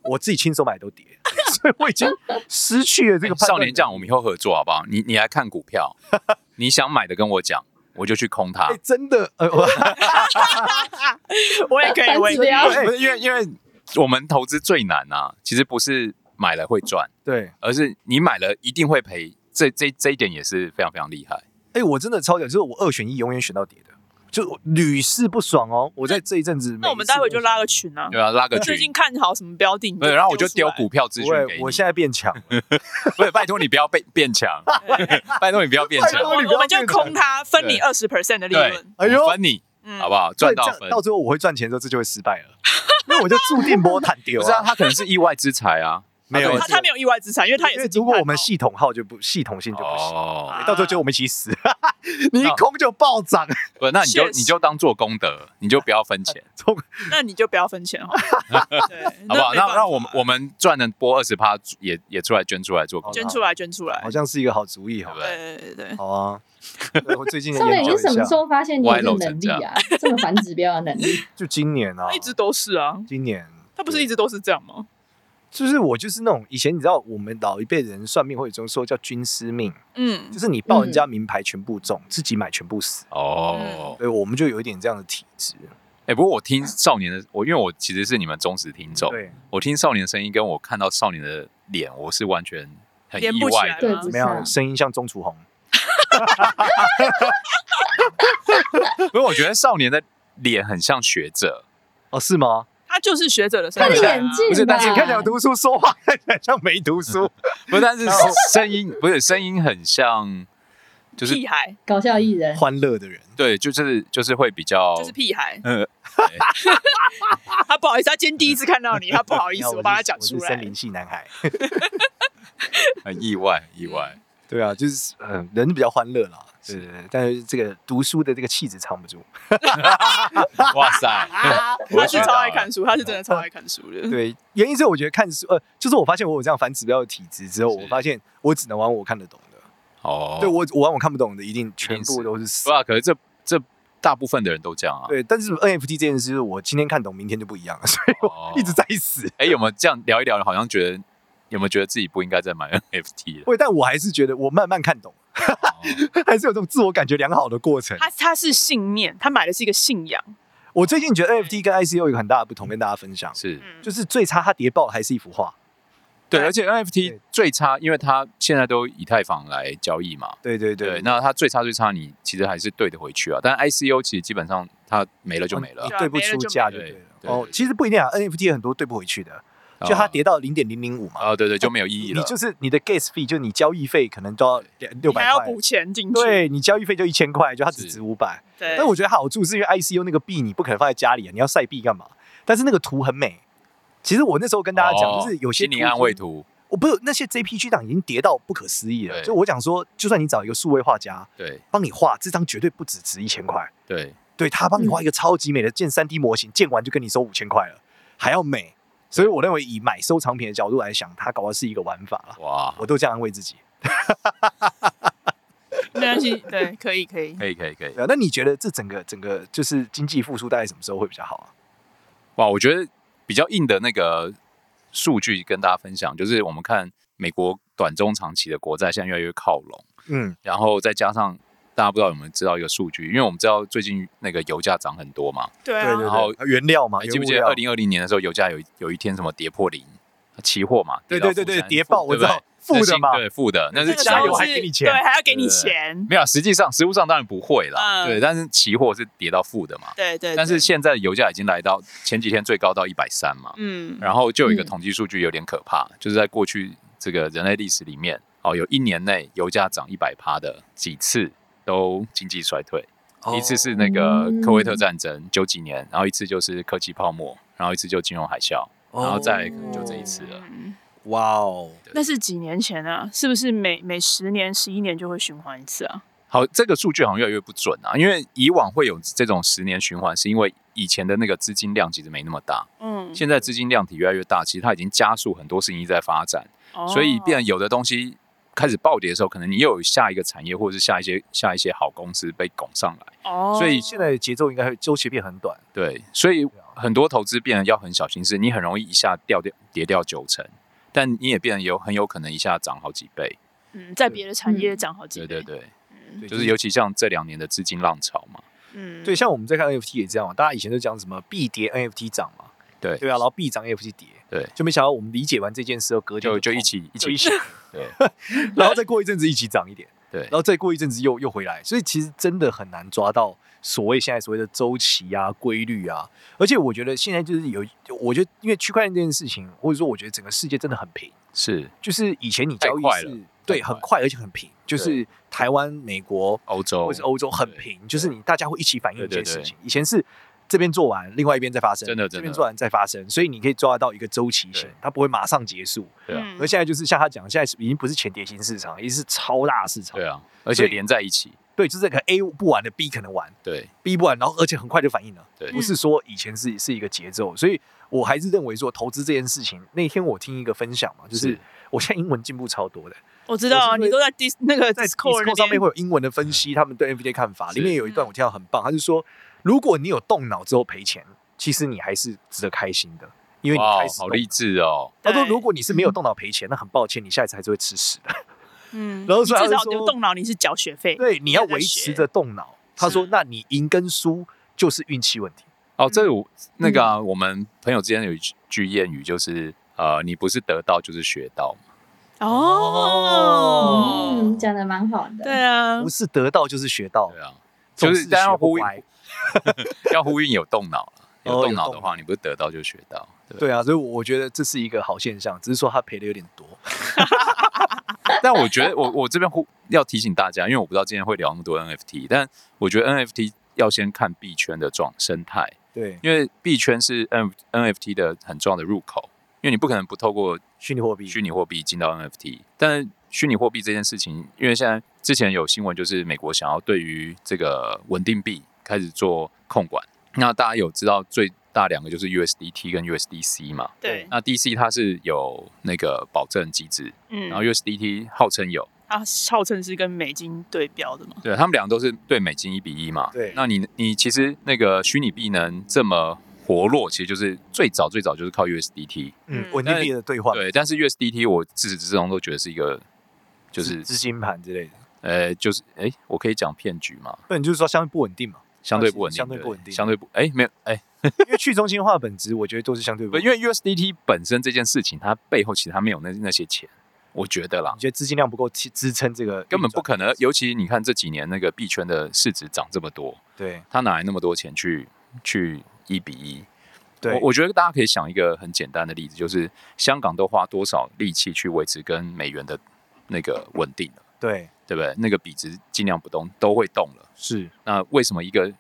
Speaker 5: 我自己亲手买都跌， [laughs] 所以我已经失去了这个
Speaker 3: 哎
Speaker 5: 判
Speaker 3: 少
Speaker 5: 断
Speaker 3: 年
Speaker 5: 能
Speaker 3: 将，
Speaker 5: 力
Speaker 3: 我们以后合作好不好？你你来看股
Speaker 5: [laughs]
Speaker 3: 票，你想买的跟我讲，我就去空它
Speaker 5: 哎、。真的，呃，
Speaker 3: [laughs]
Speaker 5: 我
Speaker 1: 我也
Speaker 5: [laughs]
Speaker 1: 可以，我也可以。
Speaker 4: 三指
Speaker 5: 哎
Speaker 3: 不是因为因为我们投资最难啊，其实不是买了会赚，
Speaker 5: 对，
Speaker 3: 而是你买了一定会赔。这这这一点也是非常非常厉害。
Speaker 5: 哎、我真的超屌，就是我二选一永远选到跌的，就我屡试不爽哦。我在这一阵子，
Speaker 1: 那我们待会就拉个群
Speaker 5: 嗯
Speaker 1: 啊。
Speaker 3: 对啊，拉个
Speaker 1: 最
Speaker 3: 群
Speaker 1: 近，看好什么标的？你
Speaker 3: 对，然后我就丢
Speaker 1: 出来
Speaker 3: 股。票资
Speaker 5: 不
Speaker 3: 讯
Speaker 5: 会
Speaker 3: 给，你。
Speaker 5: 我现在变
Speaker 3: [laughs]
Speaker 5: 强了，
Speaker 3: 不是，拜托你不要被变 [laughs] 强，拜托你不要变
Speaker 5: 拜
Speaker 3: 强，
Speaker 5: 托你不
Speaker 1: 我
Speaker 5: 要
Speaker 1: 们就
Speaker 5: 变成
Speaker 1: 空它，分你
Speaker 3: 对
Speaker 1: 二十 percent 的利
Speaker 3: 对
Speaker 1: 润，，
Speaker 5: 哎呦
Speaker 3: 我分你
Speaker 1: 嗯
Speaker 3: 好不好？赚到
Speaker 5: 所以这
Speaker 3: 分
Speaker 5: 样，到最后我会赚钱之后，这就会失败了，因为我就注定波坦丢
Speaker 3: [laughs] 不是啊，
Speaker 5: 啊。
Speaker 3: 他可能是意外之财啊，没有
Speaker 5: 对
Speaker 1: 他他没有意外资产，因为他也
Speaker 5: 啊因为
Speaker 1: 是
Speaker 5: 如
Speaker 1: 金
Speaker 5: 果
Speaker 1: 叹
Speaker 5: 我们
Speaker 1: 号
Speaker 5: 系统号就不系统 [laughs] 性就不行，哎
Speaker 3: 哦，
Speaker 5: 到时候就我们一起死， [laughs] 你一空就暴涨，
Speaker 3: 不，那你就
Speaker 1: 确实
Speaker 3: 你就当做功德，你就不要分
Speaker 1: [laughs]
Speaker 3: 钱，
Speaker 5: 从
Speaker 1: 那你就不要分钱好了，
Speaker 3: [laughs]
Speaker 1: 对，
Speaker 3: 好不好？
Speaker 1: 没办
Speaker 3: 那
Speaker 1: 法
Speaker 3: 那我们我们赚的拨二十趴，也也出来捐出来做功德。
Speaker 1: 捐出来捐出来
Speaker 5: 好，像是一个好主
Speaker 3: [laughs]
Speaker 5: 意哈。哦
Speaker 3: 对
Speaker 1: 对对对，
Speaker 5: 好
Speaker 3: [laughs]
Speaker 5: 啊，对我最近也
Speaker 4: 少
Speaker 5: 研
Speaker 4: 磊，
Speaker 5: 究
Speaker 4: 你
Speaker 5: 一
Speaker 4: 什么时
Speaker 5: 下，
Speaker 4: 候发现你有这个能力啊？这么反指标的能力，
Speaker 5: 就今年啊
Speaker 1: 他，一直都是啊，
Speaker 5: 今年
Speaker 1: 他不是一直都是这样吗？
Speaker 5: 就是我就是那种以前你知道我们老一辈人算命会有一种说叫军师命，
Speaker 1: 嗯
Speaker 5: 就，是你报人家名牌全部中，自己买全部死。
Speaker 3: 哦，
Speaker 1: 嗯
Speaker 5: 对，我们就有一点这样的体质。
Speaker 3: 哎，不过我听少年的，我因为我其实是你们忠实听众，
Speaker 5: 对，
Speaker 3: 我听少年的声音，跟我看到少年的脸，我是完全很
Speaker 1: 连
Speaker 3: 意
Speaker 1: 不起
Speaker 3: 外
Speaker 1: 来
Speaker 3: 的。
Speaker 4: 对
Speaker 1: 吗
Speaker 4: 不
Speaker 5: 怎
Speaker 4: 是
Speaker 5: 么
Speaker 4: 啊
Speaker 5: 样？？声音像钟楚红，
Speaker 3: 因为我觉得少年的脸很像学者，
Speaker 5: 哦，是吗？
Speaker 1: 他就是学者的身
Speaker 4: 他的
Speaker 1: 份啊
Speaker 4: 眼镜
Speaker 5: 不是，但是
Speaker 4: 吧
Speaker 5: 看起来有读书，说话看起来像没读书。
Speaker 3: 不，但
Speaker 5: 哦
Speaker 3: 是声音不是声音很像，就是
Speaker 1: 屁孩，
Speaker 4: 搞笑艺人，
Speaker 5: 欢乐的人，
Speaker 3: 对，就是就是会比较
Speaker 1: 就是屁孩。
Speaker 3: 呃
Speaker 1: [laughs] 他不好意思，他今天第一次看到你，他不好意
Speaker 3: [laughs]
Speaker 1: 思，
Speaker 5: 没有
Speaker 1: 我
Speaker 5: 是
Speaker 1: 帮他讲出
Speaker 5: 我是
Speaker 1: 来
Speaker 5: 森。林系男孩。
Speaker 3: 很意外，很意
Speaker 5: [laughs]
Speaker 3: 外。
Speaker 5: 对啊，就是嗯、呃人比较欢乐啦。对对对，但是这个读书的这个气质藏不住。
Speaker 3: 哇
Speaker 5: [laughs]
Speaker 3: 塞，
Speaker 1: 他是超爱
Speaker 3: 书。
Speaker 1: 看书，他是真的
Speaker 3: 嗯
Speaker 1: 超爱看书
Speaker 4: 嗯
Speaker 1: 的。
Speaker 5: 对，原因是我觉得看书，呃，就是我发现我有这样反指标的体质之后，
Speaker 3: 是
Speaker 5: 我发现我只能玩我看得懂的。
Speaker 3: 哦，
Speaker 5: 对我，我玩我看不懂的，一定全
Speaker 3: 定
Speaker 5: 部
Speaker 3: 是
Speaker 5: 都是
Speaker 3: 不
Speaker 5: 死。
Speaker 3: 啊，可是这这大部分的人都这样啊。
Speaker 5: 对，但是 NFT 这件事，我今天看懂，明天就不一样了， [laughs] 所以
Speaker 3: 哦，
Speaker 5: 我一直在死。
Speaker 3: 哎，有没有这样聊一聊？好像觉得有没有觉得自己不应该再买 NFT 了？
Speaker 5: 会，但我还是觉得我慢慢看懂，
Speaker 3: 哦
Speaker 5: [laughs] 还是有这种自我感觉良好的过程。
Speaker 1: 他他是信念，他买的是一个信仰。
Speaker 5: 我最近觉得 NFT 跟 ICO 有一个很大的不同，跟大家分享，
Speaker 3: [laughs] 是
Speaker 1: 嗯，
Speaker 5: 就是最差它跌爆还是一幅画。
Speaker 3: 对，
Speaker 1: 对
Speaker 3: 而且 NFT
Speaker 5: 对
Speaker 3: 最差，因为它现在都以太坊来交易嘛。
Speaker 5: 对对对，
Speaker 3: 那它最差最差，你其实还是对得回去啊。但 ICO 其实基本上它没了就没了
Speaker 5: 你
Speaker 1: 对啊
Speaker 5: 对不
Speaker 1: 没了
Speaker 5: 出
Speaker 1: 就
Speaker 5: 价
Speaker 1: 没
Speaker 5: 就
Speaker 3: 了
Speaker 5: 对了
Speaker 3: 对。对
Speaker 5: 哦，其实不一定啊，NFT 有很多对不回去的，
Speaker 3: 啊，
Speaker 5: 就它跌到零点零零五嘛，
Speaker 3: 啊，对对，就没有意义
Speaker 5: 哦你
Speaker 3: 了。
Speaker 5: 就是你的 gas fee，就你交易费可能都要两六
Speaker 1: 你还
Speaker 5: 百
Speaker 1: 要
Speaker 5: 块
Speaker 1: 补，钱进去。
Speaker 5: 对你交易费就一千块，就它只
Speaker 3: 是
Speaker 5: 值五百。
Speaker 1: 对，
Speaker 5: 但我觉得好处是因为 ICU 那个币你不可能放在家里啊，你要晒币干嘛？但是那个图很美。其实我那时候跟大家讲，
Speaker 3: 哦
Speaker 5: 就是有些
Speaker 3: 心灵
Speaker 5: 图
Speaker 3: 安慰图，
Speaker 5: 我不是那些 JPG 档已经跌到不可思议了。
Speaker 3: 对
Speaker 5: 就我讲说，就算你找一个数位画家
Speaker 3: 对
Speaker 5: 帮你画，这张绝对不止值一千块。
Speaker 3: 对，
Speaker 5: 对他帮你画一个超级美的建三 D 模型，建完就跟你收五千块了，还要美。所以我认为以买收藏品的角度来想，它搞的是一个玩法啦。
Speaker 3: 哇，
Speaker 5: 我都这样安慰自己。
Speaker 1: 没关系，对，可以可以。
Speaker 3: 可以可以可以，
Speaker 5: 对啊，那你觉得这整个整个就是经济复苏大概什么时候会比较好啊？
Speaker 3: 哇，我觉得比较硬的那个数据跟大家分享，就是我们看美国短中长期的国债现在越来越靠拢，
Speaker 5: 嗯，
Speaker 3: 然后再加上大家不知道有没有知道一个数据，因为我们知道最近那个油价涨很多嘛，
Speaker 1: 对
Speaker 5: 对
Speaker 1: 啊，
Speaker 5: 对
Speaker 3: 然后
Speaker 5: 对，原料嘛，
Speaker 3: 你
Speaker 5: 原
Speaker 3: 记不
Speaker 5: 物
Speaker 3: 记得
Speaker 5: 料
Speaker 3: 二零二零年的时候油价有一有一天什么跌破零，期货嘛，
Speaker 5: 对
Speaker 3: 跌到
Speaker 5: 对对对
Speaker 3: 负三
Speaker 5: 跌爆
Speaker 3: 负
Speaker 5: 我知道
Speaker 3: 对不
Speaker 5: 负
Speaker 3: 对
Speaker 5: 的嘛
Speaker 3: 那是对负的，那
Speaker 1: 那
Speaker 3: 是
Speaker 1: 个时
Speaker 3: 加
Speaker 1: 候
Speaker 5: 油
Speaker 3: 油
Speaker 5: 还
Speaker 1: 是
Speaker 5: 给你钱
Speaker 1: 对，还要给你
Speaker 3: 对对对
Speaker 1: 钱。
Speaker 3: 没有，实际上实物上当然不会啦，
Speaker 1: 嗯
Speaker 3: 对，但是期货是跌到负的嘛，
Speaker 1: 对对，
Speaker 3: 但是
Speaker 1: 对
Speaker 3: 现在油价已经来到前几天最高到一百三嘛，
Speaker 1: 嗯，
Speaker 3: 然后就有一个
Speaker 4: 嗯
Speaker 3: 统计数据有点可怕，就是在过去这个人类历史里面，哦，有一年内油价涨一百趴的几次都经济衰退，一次是那个
Speaker 4: 哦嗯
Speaker 3: 科威特战争九几年，然后一次就是科技泡沫，然后一次就金融海啸，
Speaker 1: 哦
Speaker 3: 然后再可能就这一次了。
Speaker 1: 嗯
Speaker 5: 哇哦，
Speaker 1: 那是几年前啊？是不是每每十年、十一年就会循环一次啊？
Speaker 3: 好，这个数据好像越来越不准啊，因为以往会有这种十年循环，是因为以前的那个资金量其实没那么大，
Speaker 1: 嗯，
Speaker 3: 现在资金量体越来越大，其实它已经加速很多事情在发展。
Speaker 1: 哦
Speaker 5: 哦
Speaker 3: 所以变
Speaker 1: 变
Speaker 3: 成有的东西开始暴跌的时候，可能你又有下一个产业，或者是下一些下一些好公司被拱上来。
Speaker 1: 哦，
Speaker 3: 所以
Speaker 5: 现在的节奏应该会周期变很短。
Speaker 3: 对，所以
Speaker 5: 啊
Speaker 3: 很多投资变得要很小心，是你很容易一下掉掉跌掉九成，但你也变得有很有可能一下涨好几倍。
Speaker 1: 嗯，在别的产业涨好几
Speaker 3: 对
Speaker 1: 倍，
Speaker 3: 对对，
Speaker 5: 对
Speaker 3: 就是尤其像这两年的资金浪潮嘛。
Speaker 1: 嗯，
Speaker 5: 对，像我们在看 NFT 也这样嘛，大家以前都讲什么币跌 NFT 涨嘛，
Speaker 3: 对
Speaker 5: 对啊，然后币涨 NFT 跌，
Speaker 3: 对，
Speaker 5: 就没想到我们理解完这件事后，隔天
Speaker 3: 就就
Speaker 5: 痛
Speaker 3: 一，起一
Speaker 5: 就
Speaker 3: 起
Speaker 5: 一起，
Speaker 3: 对
Speaker 5: [laughs] 然后再过一阵子一起涨一点，
Speaker 3: 对
Speaker 5: 然后再过一阵子又又回来，所以其实真的很难抓到所谓现在所谓的周期啊、规律啊。而且我觉得现在就是有，我觉得因为区块链这件事情，或者说我觉得整个世界真的很平，
Speaker 3: 是
Speaker 5: 就是以前你交易
Speaker 3: 太快了
Speaker 5: 是对
Speaker 3: 太快
Speaker 5: 很快而且很平，就是台湾、美国
Speaker 3: 欧洲
Speaker 5: 或是欧洲很
Speaker 3: 对
Speaker 5: 平，就是你大家会一起反映一
Speaker 3: 对对
Speaker 5: 件事
Speaker 3: 对
Speaker 5: 情。以前是这边做完，另外一边再发生，
Speaker 3: 真的真的
Speaker 5: 这边做完再发生，所以你可以抓得到一个周期性
Speaker 3: 对，
Speaker 5: 它不会马上结束。
Speaker 3: 对啊，
Speaker 1: 嗯
Speaker 5: 而现在就是像他讲，现在是已经不是前碟型市场，已经是超大市场。
Speaker 3: 对啊，而
Speaker 5: 所
Speaker 3: 且
Speaker 5: 以
Speaker 3: 连在一起，
Speaker 5: 对，就是可能 A 不完的 B 可能完
Speaker 3: 对
Speaker 5: ，B 不完，然后而且很快就反应了，
Speaker 3: 对
Speaker 5: 不是说以前是是一个节奏，所以我还是认为说投资这件事情，那天我听一个分享嘛，就是
Speaker 3: 是
Speaker 5: 我现在英文进步超多的，
Speaker 1: 我知道啊，
Speaker 5: 我是因为
Speaker 1: 你都在 dis 那个
Speaker 5: 在
Speaker 1: Discord 那
Speaker 5: Discord 上面
Speaker 1: 边
Speaker 5: 会有英文的分析，他们对 NFT 看法，
Speaker 3: 是
Speaker 5: 里面有一段我听到很棒，他是说，如果你有动脑之后赔钱，其实你还是值得开心的，因为你
Speaker 3: 哇
Speaker 5: 开，始
Speaker 3: 好
Speaker 5: 动
Speaker 3: 励志哦，
Speaker 5: 他说，
Speaker 1: 对
Speaker 5: 如果你是没有动脑赔钱，那很抱歉，你下一次还是会吃屎
Speaker 3: 哎
Speaker 5: 的。
Speaker 1: 嗯，
Speaker 5: 然后
Speaker 1: 你
Speaker 5: 所以
Speaker 1: 至
Speaker 5: 他就
Speaker 1: 少你
Speaker 5: 说
Speaker 1: 的动脑你是缴学费，
Speaker 5: 对，你要
Speaker 1: 还在
Speaker 5: 维
Speaker 1: 学
Speaker 5: 持着动脑。他说，那你赢跟输就是运气问题。
Speaker 3: 哦，这
Speaker 5: 嗯
Speaker 3: 个我那个啊我们朋友之间有一句句谚语，就是呃，你不是得到就是学到，
Speaker 1: 哦，
Speaker 4: 嗯，讲的蛮好的。
Speaker 1: 对啊
Speaker 5: 不，是得到就是学到
Speaker 3: 嗯对，啊，
Speaker 5: 总
Speaker 3: 就是
Speaker 5: 是
Speaker 3: 但
Speaker 5: 学
Speaker 3: 要
Speaker 5: 不
Speaker 3: 呼应
Speaker 5: 歪。
Speaker 3: 要呼应有动脑
Speaker 5: [laughs]
Speaker 3: 了，
Speaker 5: 哦
Speaker 3: 有
Speaker 5: 有
Speaker 3: 动脑的
Speaker 5: 动
Speaker 3: 话，你不是得到就是学到，对吧
Speaker 5: 对啊，所以我觉得这是一个好现象，只是说他赔的有点多。
Speaker 3: 但我觉得我我这边呼要提醒大家，因为我不知道今天会聊那么多 NFT，但我觉得 NFT 要先看币圈的状生态，
Speaker 5: 对，
Speaker 3: 因为币圈是 N NFT 的很重要的入口，因为你不可能不透过
Speaker 5: 虚拟货币，
Speaker 3: 虚拟货币进到 NFT，但虚拟货币这件事情，因为现在之前有新闻就是美国想要对于这个稳定币开始做控管，那大家有知道最大两个就是 USDT 跟 USDC 嘛？
Speaker 1: 对，
Speaker 5: 啊
Speaker 3: 那 DC 它是有那个保证机制，然后
Speaker 1: 嗯，
Speaker 3: USDT 号称有，
Speaker 1: 它号称是跟美金对标的嘛，
Speaker 3: 对他们两个都是对美金一比一嘛。
Speaker 5: 对
Speaker 3: 那你你其实那个虚拟币能这么活络，其实就是最早最早就是靠 USDT。
Speaker 5: 嗯，
Speaker 1: 嗯
Speaker 5: 稳定币的兑换，
Speaker 3: 对，但是 USDT 我自始至终都觉得是一个，就是
Speaker 5: 资金盘之类的。
Speaker 3: 呃，就是哎，我可以讲骗局嘛，
Speaker 5: 那你就是说相对不稳定嘛，
Speaker 3: 相对不稳定，
Speaker 5: 呃相对不稳定，嗯
Speaker 3: 相对不哎没有哎，
Speaker 5: 因为去中心化本质，我觉得都是相对不
Speaker 3: 不
Speaker 5: 稳
Speaker 3: 因为 USDT 本身这件事情，它背后其实它没有那那些钱，我觉得啦
Speaker 5: 你，觉得资金量不够支支撑这个，
Speaker 3: 根本不可能。尤其你看这几年那个币圈的市值涨这么多，
Speaker 5: 对
Speaker 3: 他哪来那么多钱去去一比一？
Speaker 5: 对，
Speaker 3: 我我觉得大家可以想一个很简单的例子，就是香港都花多少力气去维持跟美元的那个稳定了，
Speaker 5: 对
Speaker 3: 对不对？那个比值尽量不动，都会动了。
Speaker 5: 是，
Speaker 3: 那为什么一个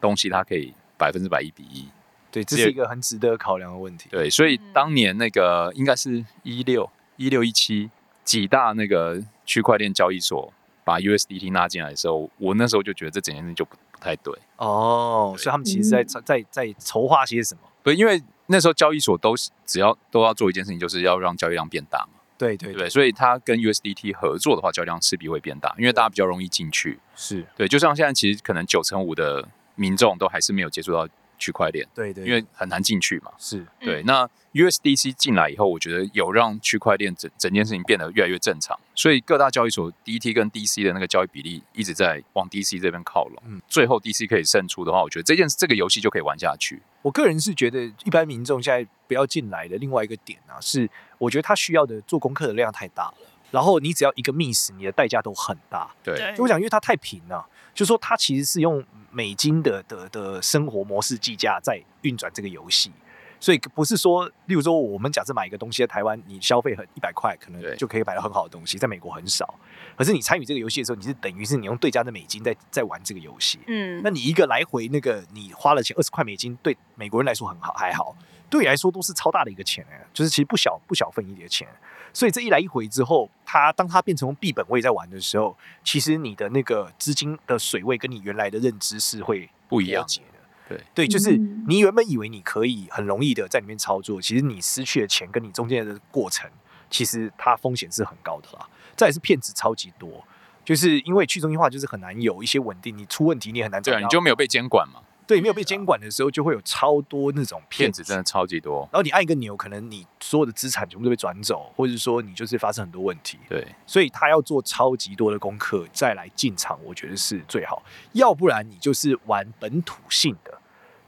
Speaker 3: 东西它可以百分之百一比一？
Speaker 5: 对，这是一个很值得考量的问题。
Speaker 3: 对，所以当年那个应该是一六一六一七几大那个区块链交易所把 USDT 拉进来的时候，我那时候就觉得这整件事情就不不太对。
Speaker 5: 哦，
Speaker 3: 对
Speaker 5: 所以他们其实在在在筹划些什么？
Speaker 3: 不，因为那时候交易所都是只要都要做一件事情，就是要让交易量变大嘛，
Speaker 5: 对
Speaker 3: 对
Speaker 5: 对
Speaker 3: 不对？，所以它跟 USDT 合作的话，交易量势必会变大，因为大家比较容易进去。
Speaker 5: 是，
Speaker 3: 对，就像现在其实可能九成五的民众都还是没有接触到区块链，
Speaker 5: 对对，
Speaker 3: 因为很难进去嘛。
Speaker 5: 是
Speaker 1: 嗯
Speaker 3: 对，那 USDC 进来以后，我觉得有让区块链整整件事情变得越来越正常，所以各大交易所 DT 跟 DC 的那个交易比例一直在往 DC 这边靠拢。
Speaker 5: 嗯
Speaker 3: 最后 DC 可以胜出的话，我觉得这件这个游戏就可以玩下去。
Speaker 5: 我个人是觉得一般民众现在不要进来的另外一个点啊，是我觉得他需要的做功课的量太大了，然后你只要一个 miss，你的代价都很大。
Speaker 3: 对，
Speaker 1: 对，
Speaker 5: 就我想，因为它太平了，就说它其实是用美金的的的生活模式计价在运转这个游戏，所以不是说，例如说我们假设买一个东西在台湾，你消费很一百块，可
Speaker 3: 对
Speaker 5: 能就可以买到很好的东西，在美国很少。可是你参与这个游戏的时候，你是等于是你用对家的美金在在玩这个游戏，
Speaker 1: 嗯
Speaker 5: 那，你一个来回那个你花了钱二十块美金，对美国人来说很好还好，对你来说都是超大的一个钱哎、就是其实不小不小份一点钱。所以这一来一回之后，它当它变成用币本位在玩的时候，其实你的那个资金的水位跟你原来的认知是会
Speaker 3: 不一样
Speaker 5: 脱节的。
Speaker 3: 对
Speaker 5: 对，就是
Speaker 4: 嗯
Speaker 5: 你原本以为你可以很容易的在里面操作，其实你失去的钱跟你中间的过程，其实它风险是很高的啦。再来是骗子超级多，就是因为去中心化就是很难有一些稳定，你出问题你也很难找
Speaker 3: 对
Speaker 5: 到。
Speaker 3: 啊，你就没有被监管嘛？
Speaker 5: 对，没有被监管的时候，就会有超多那种骗
Speaker 3: 骗
Speaker 5: 子
Speaker 3: 子真的超级多。
Speaker 5: 然后你按一个钮，可能你所有的资产全部都被转走，或者说你就是发生很多问题。
Speaker 3: 对，
Speaker 5: 所以他要做超级多的功课再来进场，我觉得是最好。要不然你就是玩本土性的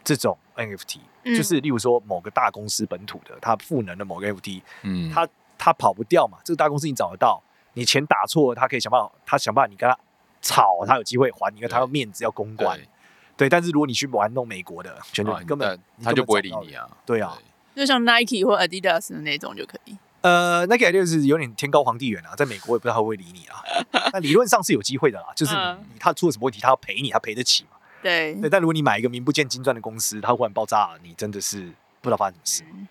Speaker 5: 这种 NFT，、
Speaker 1: 嗯
Speaker 5: 就是例如说某个大公司本土的，它赋能的某个 NFT，
Speaker 3: 嗯，
Speaker 5: 他他跑不掉嘛，这个大公司你找得到，你钱打错，他可以想办法，他想办法你跟他吵，他有机会还你，因为他要面子要公关。
Speaker 3: 对
Speaker 5: 对，但是如果你去玩弄美国的，全
Speaker 3: 啊
Speaker 5: 球
Speaker 3: 你
Speaker 5: 根本
Speaker 3: 但
Speaker 5: 你
Speaker 3: 他
Speaker 5: 根
Speaker 3: 就
Speaker 5: 本
Speaker 3: 不会
Speaker 5: 找
Speaker 3: 理
Speaker 5: 到
Speaker 3: 你
Speaker 5: 人。
Speaker 3: 啊。
Speaker 5: 对啊，
Speaker 1: 就像 Nike 或 Adidas 的那种就可以。
Speaker 5: 呃，那个就是有点天高皇帝远啊，在美国也不知道他会不会理你啊。那理论上是有机会的啦，就是你
Speaker 1: 嗯
Speaker 5: 你他出了什么问题，他要赔你，他赔得起嘛。
Speaker 3: 嗯
Speaker 1: 对
Speaker 5: 对，但如果你买一个名不见经传的公司，它忽然爆炸了，你真的是不知道发生什么
Speaker 3: 嗯
Speaker 5: 事，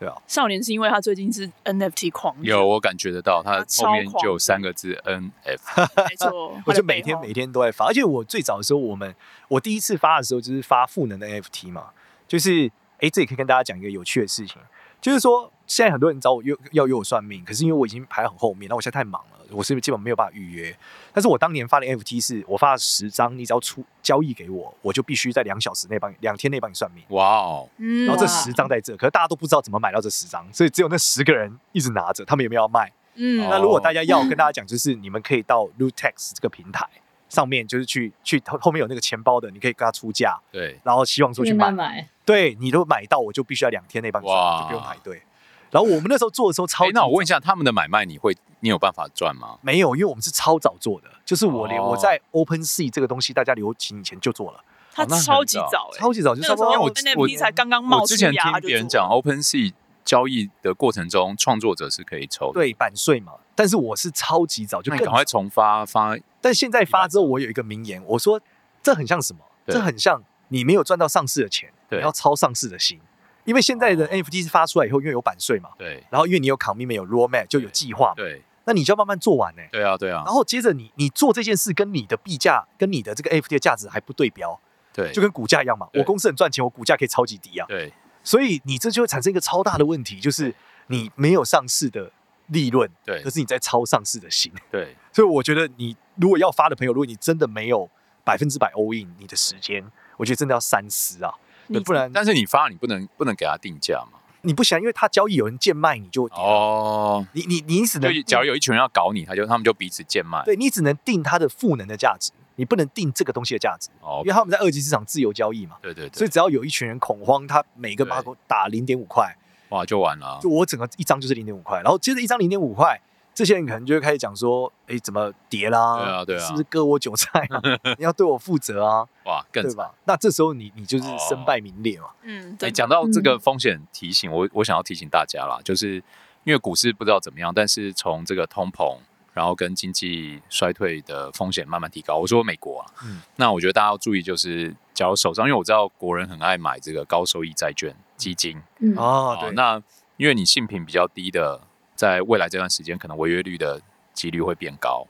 Speaker 5: 对啊，，
Speaker 1: 少年是因为他最近是 NFT 狂热
Speaker 3: 有，我感觉得到，它
Speaker 1: 它超
Speaker 3: 后面
Speaker 1: 狂
Speaker 3: 就有三个字 N F，
Speaker 1: 没错
Speaker 5: 啊 [laughs] 我就每天每
Speaker 1: 天
Speaker 5: 天都在发，而且我最早的时候，我们我第一次发的时候就是发赋能的 NFT 嘛，就是哎、诶这也可以跟大家讲一个有趣的事情，就是说现在很多人找我约要约我算命，可是因为我已经排很后面，那我现在太忙了，我是基本没有办法预约。但是我当年发的 NFT 是我发了十张，你只要出交易给我，我就必须在两小时内帮你两天内帮你算命。
Speaker 3: 哇哦，
Speaker 1: 嗯
Speaker 5: 然后这
Speaker 2: 哇
Speaker 5: 十张在这，可是大家都不知道怎么买到这十张，所以只有那十个人一直拿着，他们也没有要卖。
Speaker 1: 嗯
Speaker 5: 那如果大家要，我跟大家讲，就是你们可以到 Lutex 这个平台上面，就是去去后后面有那个钱包的，你可以跟他出价，
Speaker 3: 对，
Speaker 5: 然后希望说去
Speaker 4: 面
Speaker 5: 买
Speaker 4: 慢。买，
Speaker 5: 对你都买到，我就必须要两天内帮你算，
Speaker 3: 哇
Speaker 5: 就不用排队。然后我们那时候做的时候超
Speaker 3: 哎
Speaker 5: 级，，
Speaker 3: 那我问一下，他们的买卖你会，你有办法赚吗？
Speaker 5: 没有，因为我们是超早做的，就是我连、
Speaker 3: 哦
Speaker 5: 我在 Open Sea 这个东西，大家流行以前就做了，
Speaker 1: 他
Speaker 3: 哦那很
Speaker 1: 超级
Speaker 3: 早
Speaker 1: 早欸，
Speaker 5: 超级早就
Speaker 1: 那
Speaker 5: 差
Speaker 1: 个
Speaker 5: 不
Speaker 1: 时候
Speaker 5: 多
Speaker 3: 我我
Speaker 1: NFT 才刚刚冒
Speaker 3: 我
Speaker 1: 出
Speaker 3: 之
Speaker 1: 芽
Speaker 3: 前
Speaker 1: 就做了，
Speaker 3: 听别人讲 Open Sea 交易的过程中，创作者是可以抽的，
Speaker 5: 对版税嘛，但是我是超级早就
Speaker 3: 那
Speaker 5: 更
Speaker 3: 你赶快重发发，
Speaker 5: 但现在发之后，我有一个名言，我说这很像什么？
Speaker 3: 对
Speaker 5: 这很像你没有赚到上市的钱，你
Speaker 3: 对
Speaker 5: 要操上市的心。因为现在的
Speaker 3: 哦
Speaker 5: NFT 是发出来以后，因为有版税嘛，
Speaker 3: 对
Speaker 5: 然后因为你有 commitment 有 roadmap 就有计划嘛，
Speaker 3: 对
Speaker 5: 那你就要慢慢做完呢、
Speaker 3: 对啊对啊
Speaker 5: 然，后接着你你做这件事跟你的币价跟你的这个 NFT 的价值还不对标，
Speaker 3: 对
Speaker 5: 就跟股价一样嘛。
Speaker 3: 对
Speaker 5: 我公司很赚钱，我股价可以超级低啊，
Speaker 3: 对
Speaker 5: 所以你这就会产生一个超大的问题，就是你没有上市的利润，
Speaker 3: 对
Speaker 5: 可是你在超上市的心。
Speaker 3: 对
Speaker 5: 所以我觉得你如果要发的朋友，如果你真的没有百分之百 all in 你的时间，我觉得真的要三思啊，
Speaker 1: 你
Speaker 5: 对不然
Speaker 3: 但是你发你不能不能给他定价嘛？
Speaker 5: 你不想，因为他交易有人贱卖，你就
Speaker 3: 哦，
Speaker 5: 你你你只能
Speaker 3: 就假如有一群人要搞你，他就他们就彼此贱卖。
Speaker 5: 啊对你只能定它的赋能的价值，你不能定这个东西的价值，
Speaker 3: 哦
Speaker 5: 因为，他们在二级市场自由交易嘛。
Speaker 3: 对对对，
Speaker 5: 啊所以只要有一群人恐慌，他每个把
Speaker 3: 对
Speaker 5: 打零点五块，
Speaker 3: 哇就完了啊
Speaker 5: 就。我整个一张就是零点五块，然后接着一张零点五块，这些人可能就会开始讲说，哎，怎么跌啦？
Speaker 3: 对啊对啊
Speaker 5: 是不是割我韭菜啊？ [laughs] 你要对我负责啊，
Speaker 3: 哇，更
Speaker 5: 对
Speaker 3: 惨。
Speaker 5: 吧？那这时候你你就是
Speaker 3: 哦
Speaker 5: 身败名裂嘛。
Speaker 1: 嗯，
Speaker 3: 哎，
Speaker 1: 对，
Speaker 3: 讲到这个风险提醒，我我想要提醒大家啦，就是因为股市不知道怎么样，但是从这个通膨，然后跟经济衰退的风险慢慢提高。我说美国啊，
Speaker 5: 嗯
Speaker 3: 那我觉得大家要注意，就是假如手上，因为我知道国人很爱买这个高收益债券基金，
Speaker 4: 嗯，
Speaker 5: 哦，
Speaker 3: 哦
Speaker 5: 对，，
Speaker 3: 那因为你信评比较低的，在未来这段时间可能违约率的几率会变高，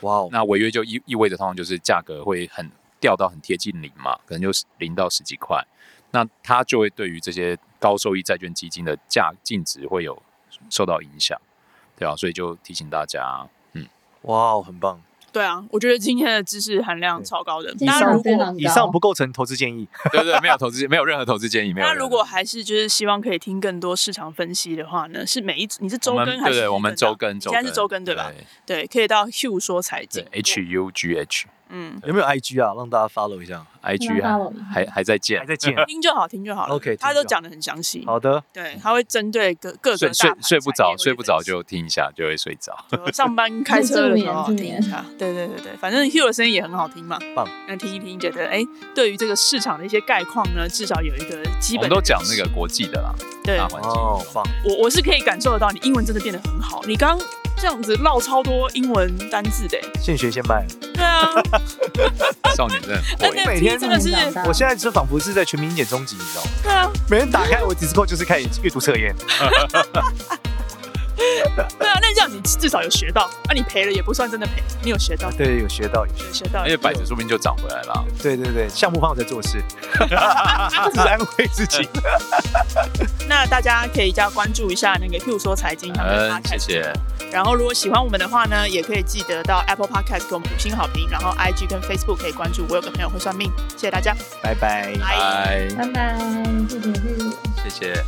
Speaker 5: 哇哦，
Speaker 3: 那违约就意意味着通常就是价格会很掉到很贴近零嘛，可能就是零到十几块，那它就会对于这些高收益债券基金的价净值会有受到影响，对啊，所以就提醒大家，嗯，
Speaker 5: 哇哦，很棒。
Speaker 1: 对啊，我觉得今天的知识含量
Speaker 5: 对
Speaker 1: 超高的。
Speaker 4: 智
Speaker 1: 大家
Speaker 4: 商
Speaker 1: 如
Speaker 4: 非
Speaker 1: 果
Speaker 4: 常
Speaker 5: 以上
Speaker 4: 高
Speaker 5: 不。构成投资建议，
Speaker 3: 对对，没有投资，没有任何投资建议，没有
Speaker 1: 那
Speaker 3: 任何。
Speaker 1: 如果还是就是希望可以听更多市场分析的话呢，是每一你是周
Speaker 3: 我
Speaker 1: 更
Speaker 3: 们
Speaker 1: 还
Speaker 3: 对
Speaker 1: 是日
Speaker 3: 对，
Speaker 1: 更啊
Speaker 3: 我们周更，
Speaker 1: 你现在是周更对吧？？嗯对，可以到 Hugh 说财
Speaker 3: 对
Speaker 1: 经
Speaker 3: H U G H
Speaker 1: 嗯，
Speaker 5: 有没有 IG 啊？让大家 follow 一下。
Speaker 3: I G
Speaker 4: 让他我
Speaker 3: 还还还在见
Speaker 5: 还，在
Speaker 3: [laughs]
Speaker 5: 见。
Speaker 1: 听就好，听就好了。
Speaker 5: OK，
Speaker 1: 他
Speaker 5: 听就
Speaker 1: 都
Speaker 5: 好
Speaker 1: 讲的很详细。
Speaker 5: 好的，
Speaker 1: 对，他会针对各各个
Speaker 3: 睡
Speaker 1: 大
Speaker 3: 睡
Speaker 1: 盘
Speaker 3: 睡不
Speaker 1: 产业
Speaker 3: 着，
Speaker 1: 会
Speaker 3: 睡不
Speaker 1: 去分
Speaker 3: 着
Speaker 1: 析
Speaker 3: 就听一下，就会睡着。
Speaker 1: 就呃上班开车的时候
Speaker 4: [laughs] 助
Speaker 1: 听
Speaker 4: 眠
Speaker 1: 一下。对对对对，反正 Hugh 的声音也很好听嘛，
Speaker 5: 棒。
Speaker 1: 那听一听，觉得哎、对于这个市场的一些概况呢，至少有一个基
Speaker 3: 我
Speaker 1: 本的
Speaker 3: 们都讲那个国际的啦，
Speaker 1: 对
Speaker 3: 大环境。
Speaker 5: 哦，棒，
Speaker 1: 我我是可以感受得到，你英文真的变得很好。你刚刚这样子唠超多英文单字的欸，
Speaker 5: 现学现卖。
Speaker 1: 对啊
Speaker 3: 少年真的很
Speaker 1: [laughs]
Speaker 3: 会。
Speaker 1: ，NFT 真的是，
Speaker 4: 很长大
Speaker 5: 我现在就仿佛是在全民演终极，你知道吗？
Speaker 1: 对啊，
Speaker 5: 每天打开我 Discord 就是看阅读测
Speaker 3: [laughs]
Speaker 5: 验。
Speaker 1: 对啊。那这样你至少有学到，那、你赔了也不算真的赔，你有学到，
Speaker 5: 对，有学到，有学
Speaker 1: 有学到
Speaker 3: 而。且摆着说不定就涨回来了。
Speaker 5: 到。对对对，项目方我在做
Speaker 3: [laughs]
Speaker 5: 事， [laughs] 只是安慰自己。
Speaker 1: 那大家可以加关注一下那个 Q 说财经他们的
Speaker 3: 嗯，谢
Speaker 1: podcast
Speaker 3: 谢，
Speaker 1: 然后如果喜欢我们的话呢，也可以记得到 Apple Podcast 给我们五星好评，然后 IG 跟 Facebook 可以关注。我有个朋友会算命，谢谢大家，
Speaker 5: 拜拜。
Speaker 1: 拜。
Speaker 3: 拜，
Speaker 4: 拜拜，谢谢谢谢。
Speaker 3: 谢谢。